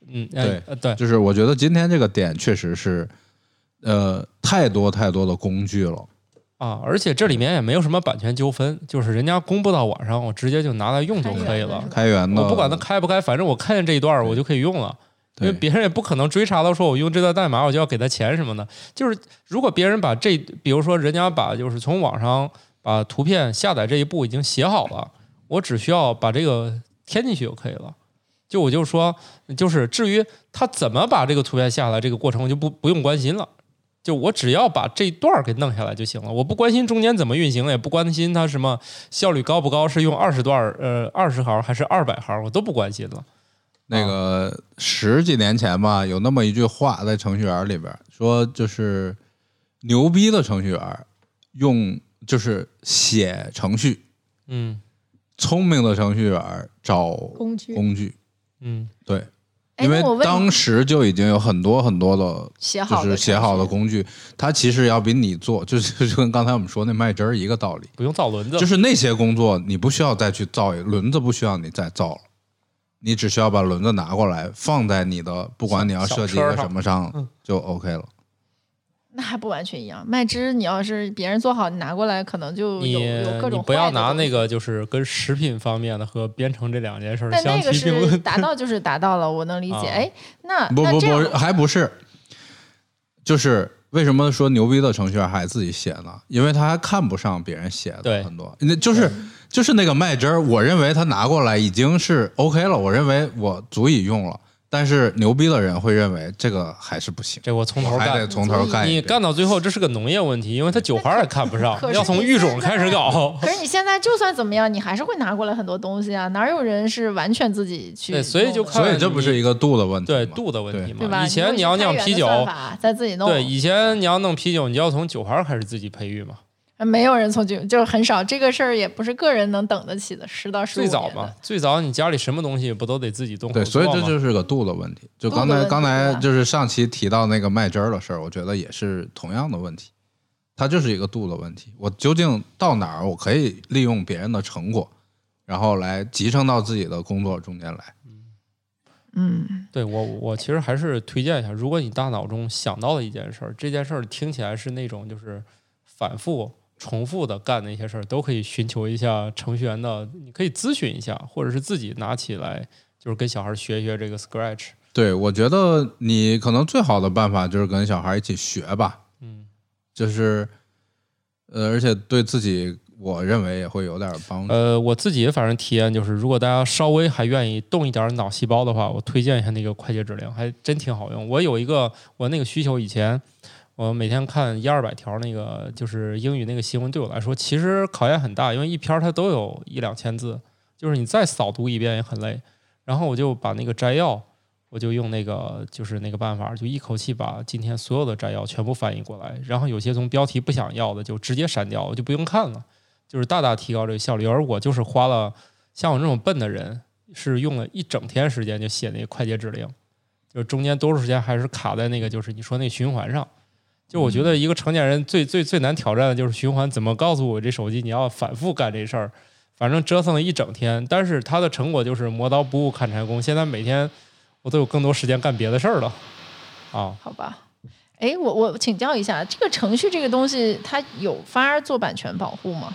嗯，哎对呃对 就是我觉得今天这个点确实是，呃，太多太多的工具了。啊，而且这里面也没有什么版权纠纷，就是人家公布到网上，我直接就拿来用就可以开源了是。吧开源的，我不管它开不开，反正我看见这一段儿我就可以用了。因对为别人也不可能追查到说我用这段代码我就要给他钱什么的。就是如果别人把这，比如说人家把就是从网上把图片下载这一步已经写好了，我只需要把这个添进去就可以了。就我就说，就是至于他怎么把这个图片下来，这个过程我就不不用关心了。就我只要把这一段儿给弄下来就行了，我不关心中间怎么运行，也不关心它什么效率高不高，是用二十段儿呃二十行还是二百行，我都不关心了。那个十几年前吧，有那么一句话在程序员里边儿说，就是牛逼的程序员用就是写程序，嗯聪明的程序员找工具工具。嗯，对，哎因为那我问当时就已经有很多很多的写好就的是写好的程序工具，它其实要比你做，就是就跟刚才我们说那卖针儿一个道理。不用造轮子了，就是那些工作你不需要再去造一轮子，不需要你再造了，你只需要把轮子嗯拿过来放在你的，不管你要设计一个什么上就 OK 了。那还不完全一样。麦汁你要是别人做好，你拿过来可能就你有有各你种不要坏的拿东那西个就是跟食品方面的和编程这两件事儿但相那提个并是论。达到就是达到了，我能理解。啊哎，那不那不这样不，还不是，就是为什么说牛逼的程序员还自己写呢？因为他还看不上别人写对的很多，那就是就是那个麦汁儿，我认为他拿过来已经是 OK 了，我认为我足以用了。但是牛逼的人会认为这个还是不行，这我从头我还干得从头干一你遍。干到最后，这是个农业问题，因为它酒花也看不上 可，是要从育种开始 搞。可是你现在就算怎么样，你还是会拿过来很多东西啊，哪有人是完全自己去弄对，的？所以就看所以这不是一个度的问题对吗度的问题对对嘛。吧？以前你要酿啤酒，再自己弄，对，以前你要弄啤酒，你就要从酒花开始自己培育嘛。没有人从酒就是很少，这个事儿也不是个人能等得起的，十到十五最年早的嘛，最早你家里什么东西不都得自己动手对，所以做这吗就是个度的问题。就度刚的才问刚题啊才吧就是上期提到那个麦汁儿的事儿，我觉得也是同样的问题，它就是一个度的问题。我究竟到哪儿，我可以利用别人的成果，然后来集成到自己的工作中间来。嗯，对我，我其实还是推荐一下，如果你大脑中想到的一件事儿，这件事儿听起来是那种就是反复重复的干的一些事儿，都可以寻求一下程序员的，你可以咨询一下，或者是自己拿起来，就是跟小孩儿学一学这个 Scratch。对，我觉得你可能最好的办法就是跟小孩一起学吧，嗯，就是，呃，而且对自己，我认为也会有点儿帮助。呃，我自己反正体验就是，如果大家稍微还愿意动一点儿脑细胞的话，我推荐一下那个快捷指令，还真挺好用。我有一个我那个需求，以前我每天看一二百条那个就是英语那个新闻，对我来说其实考验很大，因为一篇儿它都有一两千字，就是你再扫读一遍也很累。然后我就把那个摘要，我就用那个就是那个办法，就一口气把今天所有的摘要全部翻译过来，然后有些从标题不想要的就直接删掉，我就不用看了。就是大大提高这个效率。而我就是花了像我这种笨的人，是用了一整天时间就写那个快捷指令，就是中间多数时间还是卡在那个就是你说那个循环上。就我觉嗯得一个成年人最最最难挑战的就是循环，怎么告诉我这手机你要反复干这事儿？反正折腾了一整天，但是它的成果就是磨刀不误砍柴工。现在每天我都有更多时间干别的事儿了啊。好吧。哎，我我请教一下，这个程序这个东西，它有法做版权保护吗？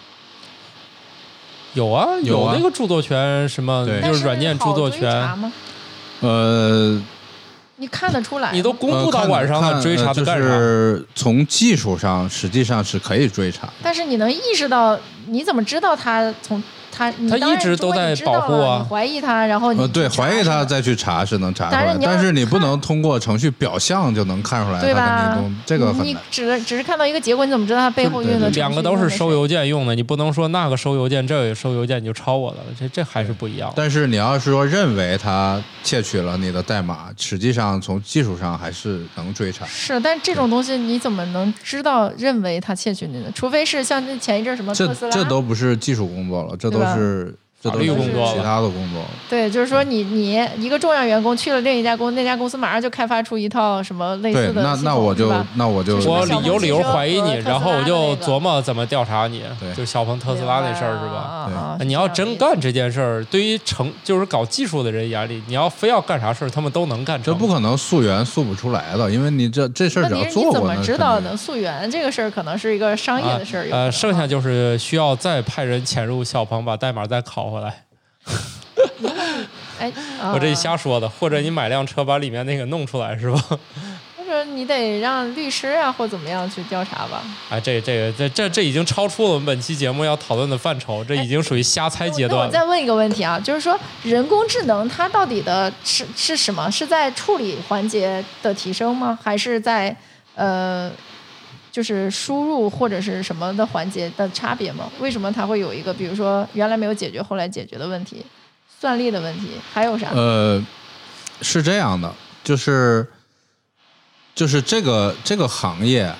有啊，有啊那个著作权什么，对就但是软件著作好追查权，吗？呃，你看得出来吗？你都公布到呃看晚上了，看追查呃它就干啥？是从技术上实际上是可以追查的。但是你能意识到，你怎么知道他从他？你他当然一直都如果你在知道了保护啊你怀疑他，然后你呃，对，去查怀疑是吧他再去查是能查出当来然，你要但是你不看能通过程序表象就能看出来对他吧跟你东，这个很你难。只只是看到一个结果，你怎么知道他背后对用的程对序两个都是收用的邮件用的，你不能说那个收邮件，这个也收邮件，你就抄我的了，这这还是不一样的。但是你要是说认为他窃取了你的代码，实际上从技术上还是能追查是？。是，但这种东西你怎么能知道认为他窃取你的？除非是像那前一阵儿什么特这斯拉，这都不是技术工作了，这都对吧是这都法律是工作其了他的工作了。对，就是说你你一个重要员工去了另一家公司，那家公司马上就开发出一套什么类对似，的那系那统我是就吧那我就我小理鹏有汽理由车怀疑你，和特斯拉然后我就的那个琢磨怎么调查你对，就小鹏特斯拉那事儿是吧？啊啊啊你要是这样真的意思干这件事儿，对于成就是搞技术的人眼里，你要非要干啥事儿，他们都能干这成。不可能溯源溯不出来的，因为你这这事儿问只要题是做你怎过，么那知肯道定的？溯源这个事儿可能是一个商业的事儿、有可呃，能剩下就是需要再派人潜入小鹏，把代码再拷回来。哎，我这啊瞎说的，或者你买辆车把里面那个弄出来是吧？或者你得让律师啊或怎么样去调查吧。哎，这这个这这这已经超出了我们本期节目要讨论的范畴，这已经属于瞎猜阶哎那我段了。再问一个问题啊，就是说人工智能它到底的是是什么？是在处理环节的提升吗？还是在呃就是输入或者是什么的环节的差别吗？为什么它会有一个比如说原来没有解决后来解决的问题，算力的问题，还有啥？呃，是这样的，就是就是这个这个行业，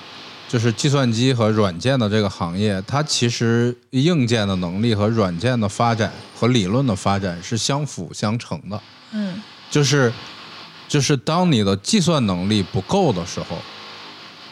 就是计算机和软件的这个行业，它其实硬件的能力和软件的发展和理论的发展是相辅相成的。嗯就是就是当你的计算能力不够的时候，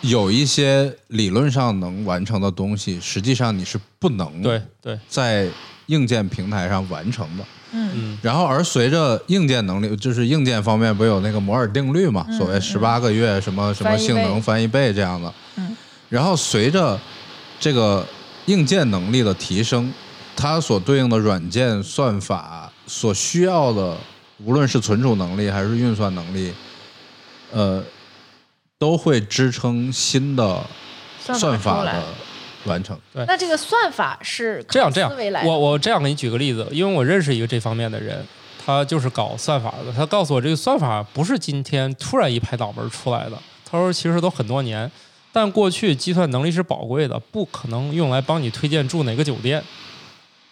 有一些理论上能完成的东西，实际上你是不能对对，在硬件平台上完成的。嗯嗯然后而随着硬件能力，就是硬件方面不有那个摩尔定律嘛，所谓十八个月什么什么翻一性倍能嗯翻一倍这样的。嗯。然后随着这个硬件能力的提升，它所对应的软件算法所需要的，无论是存储能力还是运算能力，呃，都会支撑新的算法法出来的。完成。那这个算法是这样这样靠思维来，的我我这样给你举个例子，因为我认识一个这方面的人，他就是搞算法的。他告诉我，这个算法不是今天突然一拍脑门儿出来的。他说，其实都很多年，但过去计算能力是宝贵的，不可能用来帮你推荐住哪个酒店。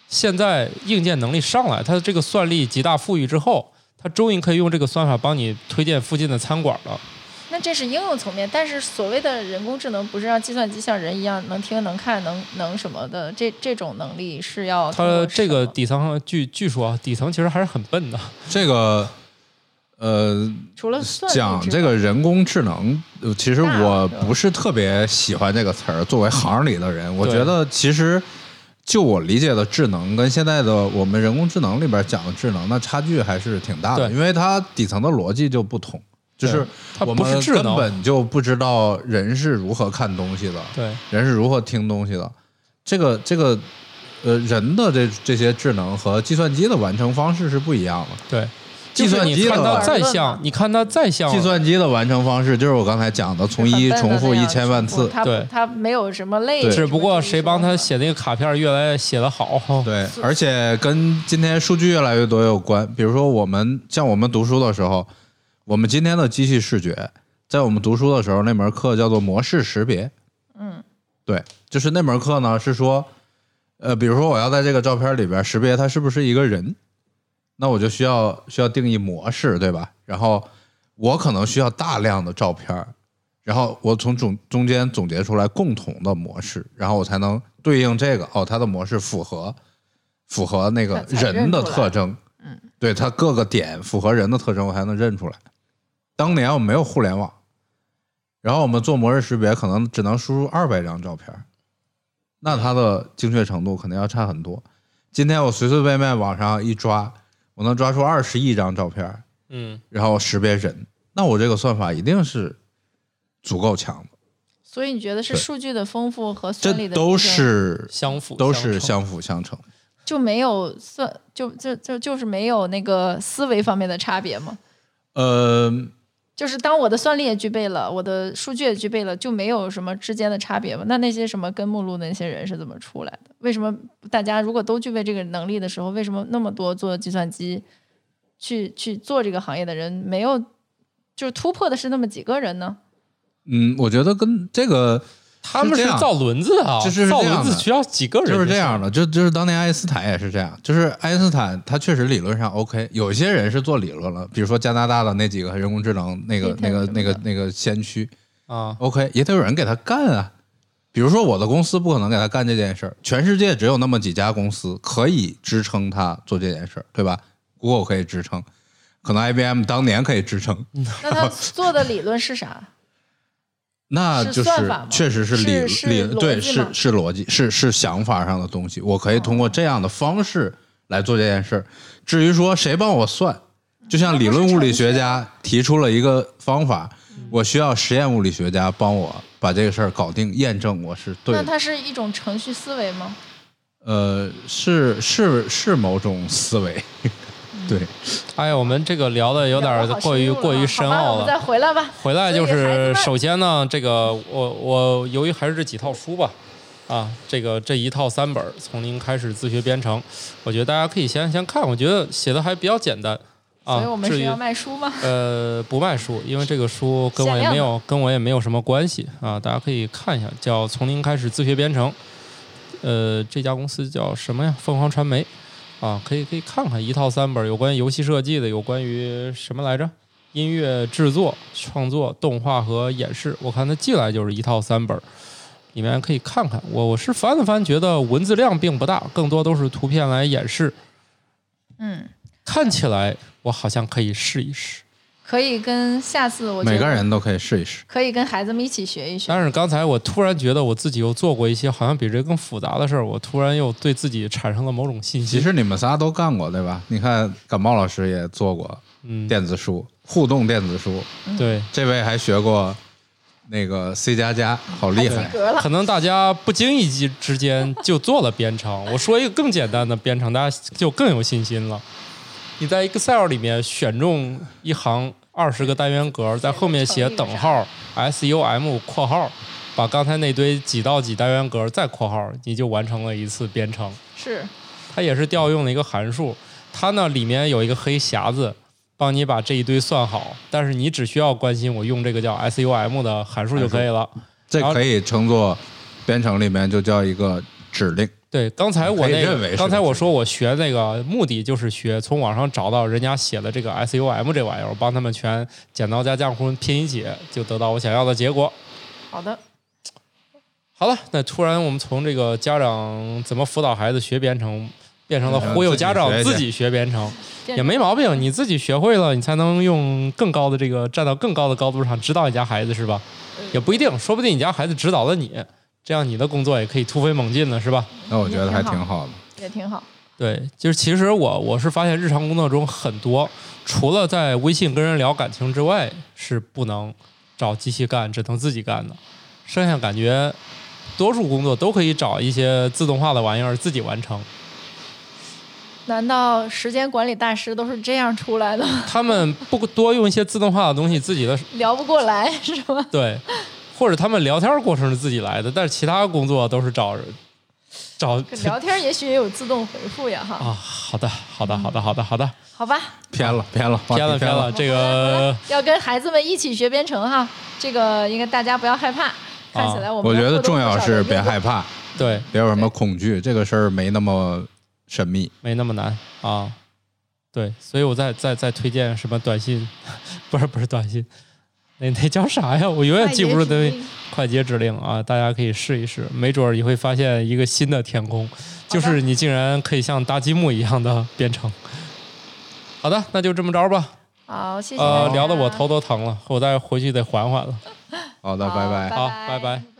现在硬件能力上来，它这个算力极大富裕之后，它终于可以用这个算法帮你推荐附近的餐馆了。那这是应用层面，但是所谓的人工智能不是让计算机像人一样能听能看能能什么的，这这种能力是要通它过这个什么底层据据说啊，底层其实还是很笨 的。这个，呃，除了算力讲之这外个人工智能，呃其实我大的不是特别喜欢这个词儿。作为行里的人，我对觉得其实就我理解的智能跟现在的我们人工智能里边讲的智能，那差距还是挺大的，对因为它底层的逻辑就不同，就是对它我不是们智能根本就不知道人是如何看东西的，对，人是如何听东西的。这个这个，呃，人的这这些智能和计算机的完成方式是不一样的。对，计算就是机你看它的再玩像论，你看它再像，计算机的完成方式就是我刚才讲的，从很一笨的重复那一样千万重复次。它不对它没有什么累什么这一说对的，只不过谁帮他写那个卡片越来越写得好，对， 而且跟今天数据越来越多有关。比如说，我们像我们读书的时候，我们今天的机器视觉，在我们读书的时候那门课叫做模式识别。嗯，对，就是那门课呢是说，呃，比如说我要在这个照片里边识别它是不是一个人，那我就需要需要定义模式，对吧？然后我可能需要大量的照片儿，然后我从中中间总结出来共同的模式，然后我才能对应这个哦，它的模式符合符合那个才才人的认出来特征，嗯，对它各个点符合人的特征，我才能认出来。当年我们没有互联网，然后我们做模式识别，可能只能输入二百张照片儿，那它的精确程度肯定要差很多。今天我随随便便往上一抓，我能抓出二十亿张照片儿，嗯，然后识别人，那我这个算法一定是足够强的。所以你觉得是对数据的丰富和这算力的都提升是相辅都是相相辅相成。就没有算就就就就是没有那个思维方面的差别吗？呃，就是当我的算力也具备了，我的数据也具备了，就没有什么之间的差别吗？那那些什么跟目录那些人是怎么出来的？为什么大家如果都具备这个能力的时候，为什么那么多做计算机去去做这个行业的人没有？就是突破的是那么几个人呢？嗯，我觉得跟这个他们是是这样造轮子啊，就是这造样的轮子需要几个人？就是这样的，就就是当年爱因斯坦也是这样，就是爱因斯坦他确实理论上 OK，有些人是做理论了，比如说加拿大的那几个人工智能那个 Ethan 那个什么的那个那个先驱啊， OK，也得有人给他干啊。比如说我的公司不可能给他干这件事儿，全世界只有那么几家公司可以支撑他做这件事儿，对吧？Google 可以支撑，可能 IBM 当年可以支撑，那 他做的理论是啥？那是就是算法吗确实是理是理是逻对辑是吗是逻辑是是想法上的东西，我可以通过这样的方式来做这件事儿。至于说谁帮我算，就像理论物理学啊家提出了一个方法，嗯我需要实验物理学家帮我把这个事儿搞定，验证我是对那的。它是一种程序思维吗？呃，是是是某种思维，对，哎呀，我们这个聊的有点儿聊得哎好过于深入了啊过于深好吧奥我们再了。回来吧。回来就所以孩子是，们首先呢，这个我我由于还是这几套书吧，啊，这个这一套三本儿从零开始自学编程，我觉得大家可以先先看，我觉得写的还比较简单啊。所以我们至是于要卖书吗？呃，不卖书，因为这个书跟我也限量没有跟我也没有什么关系啊，大家可以看一下，叫《从零开始自学编程》，呃，这家公司叫什么呀？凤凰传媒啊，可以可以看看一套三本，有关于游戏设计的，有关于什么来着？音乐制作、创作、动画和演示，我看他寄来就是一套三本，里面可以看看。我我是翻了翻，觉得文字量并不大，更多都是图片来演示，嗯，看起来我好像可以试一试。可以跟下次我觉每得个人都可以试一试。可以跟孩子们一起学一学。但是刚才我突然觉得我自己又做过一些好像比这更复杂的事儿，我突然又对自己产生了某种信其心。实你们仨都干过，对吧？你看感冒老师也做过嗯，电子书，互动电子书，对，这位还学过那个 C 加加，好及厉害！格了，可能大家不经意之之间就做了编程。我说一个更简单的编程，大家就更有信心了。你在 Excel 里面选中一行二十个单元格，在后面写等号 SUM 括号，把刚才那堆几到几单元格再括号，你就完成了一次编程。是它也是调用了一个函数，它呢里面有一个黑匣子，帮你把这一堆算好，但是你只需要关心我用这个叫 SUM 的函数就可以了。这可以称作编程里面就叫一个指令。对，刚才我可以那认为个，是刚才我个说我学那个目的就是学从网上找到人家写的这个 SUM 这玩意儿，我帮他们全剪刀加浆糊拼一起，就得到我想要的结果。好的，好了，那突然我们从这个家长怎么辅导孩子学编程，变成了嗯忽悠自己家长学去自己学编程，这也没毛病。你自己学会了，你才能用更高的这个站到更高的高度上指导你家孩子，是吧？也不一定，说不定你家孩子指导了你，这样你的工作也可以突飞猛进了，是吧？那我觉得还挺好的。也挺好。对，就是其实我我是发现日常工作中很多，除了在微信跟人聊感情之外，是不能找机器干，只能自己干的。剩下感觉多数工作都可以找一些自动化的玩意儿自己完成。难道时间管理大师都是这样出来的 吗？他们不多用一些自动化的东西，自己的聊不过来是吗？对，或者他们聊天儿过程是自己来的，但是其他工作都是找找可聊天也许也有自动回复呀哈。啊，好的，好的，好的，好的，好的，好吧，偏了，偏了，偏了偏了，这个。要跟孩子们一起学编程哈，这个应该大家不要害怕。看起来我们啊我觉得或多重或要少是有别用害怕，对，别有什么恐惧，这个事儿没那么神秘。没那么难啊。对，所以我再再再推荐什么短信， 不是不是短信，那那叫啥呀？我永远记不住那快捷指令快捷指令啊！大家可以试一试，没准儿你会发现一个新的天空，就是你竟然可以像搭积木一样的编程。好的，那就这么着吧。好，呃谢谢大家。呃，聊得我头都疼了，我再回去得缓缓了。好的，好拜拜。好，拜拜拜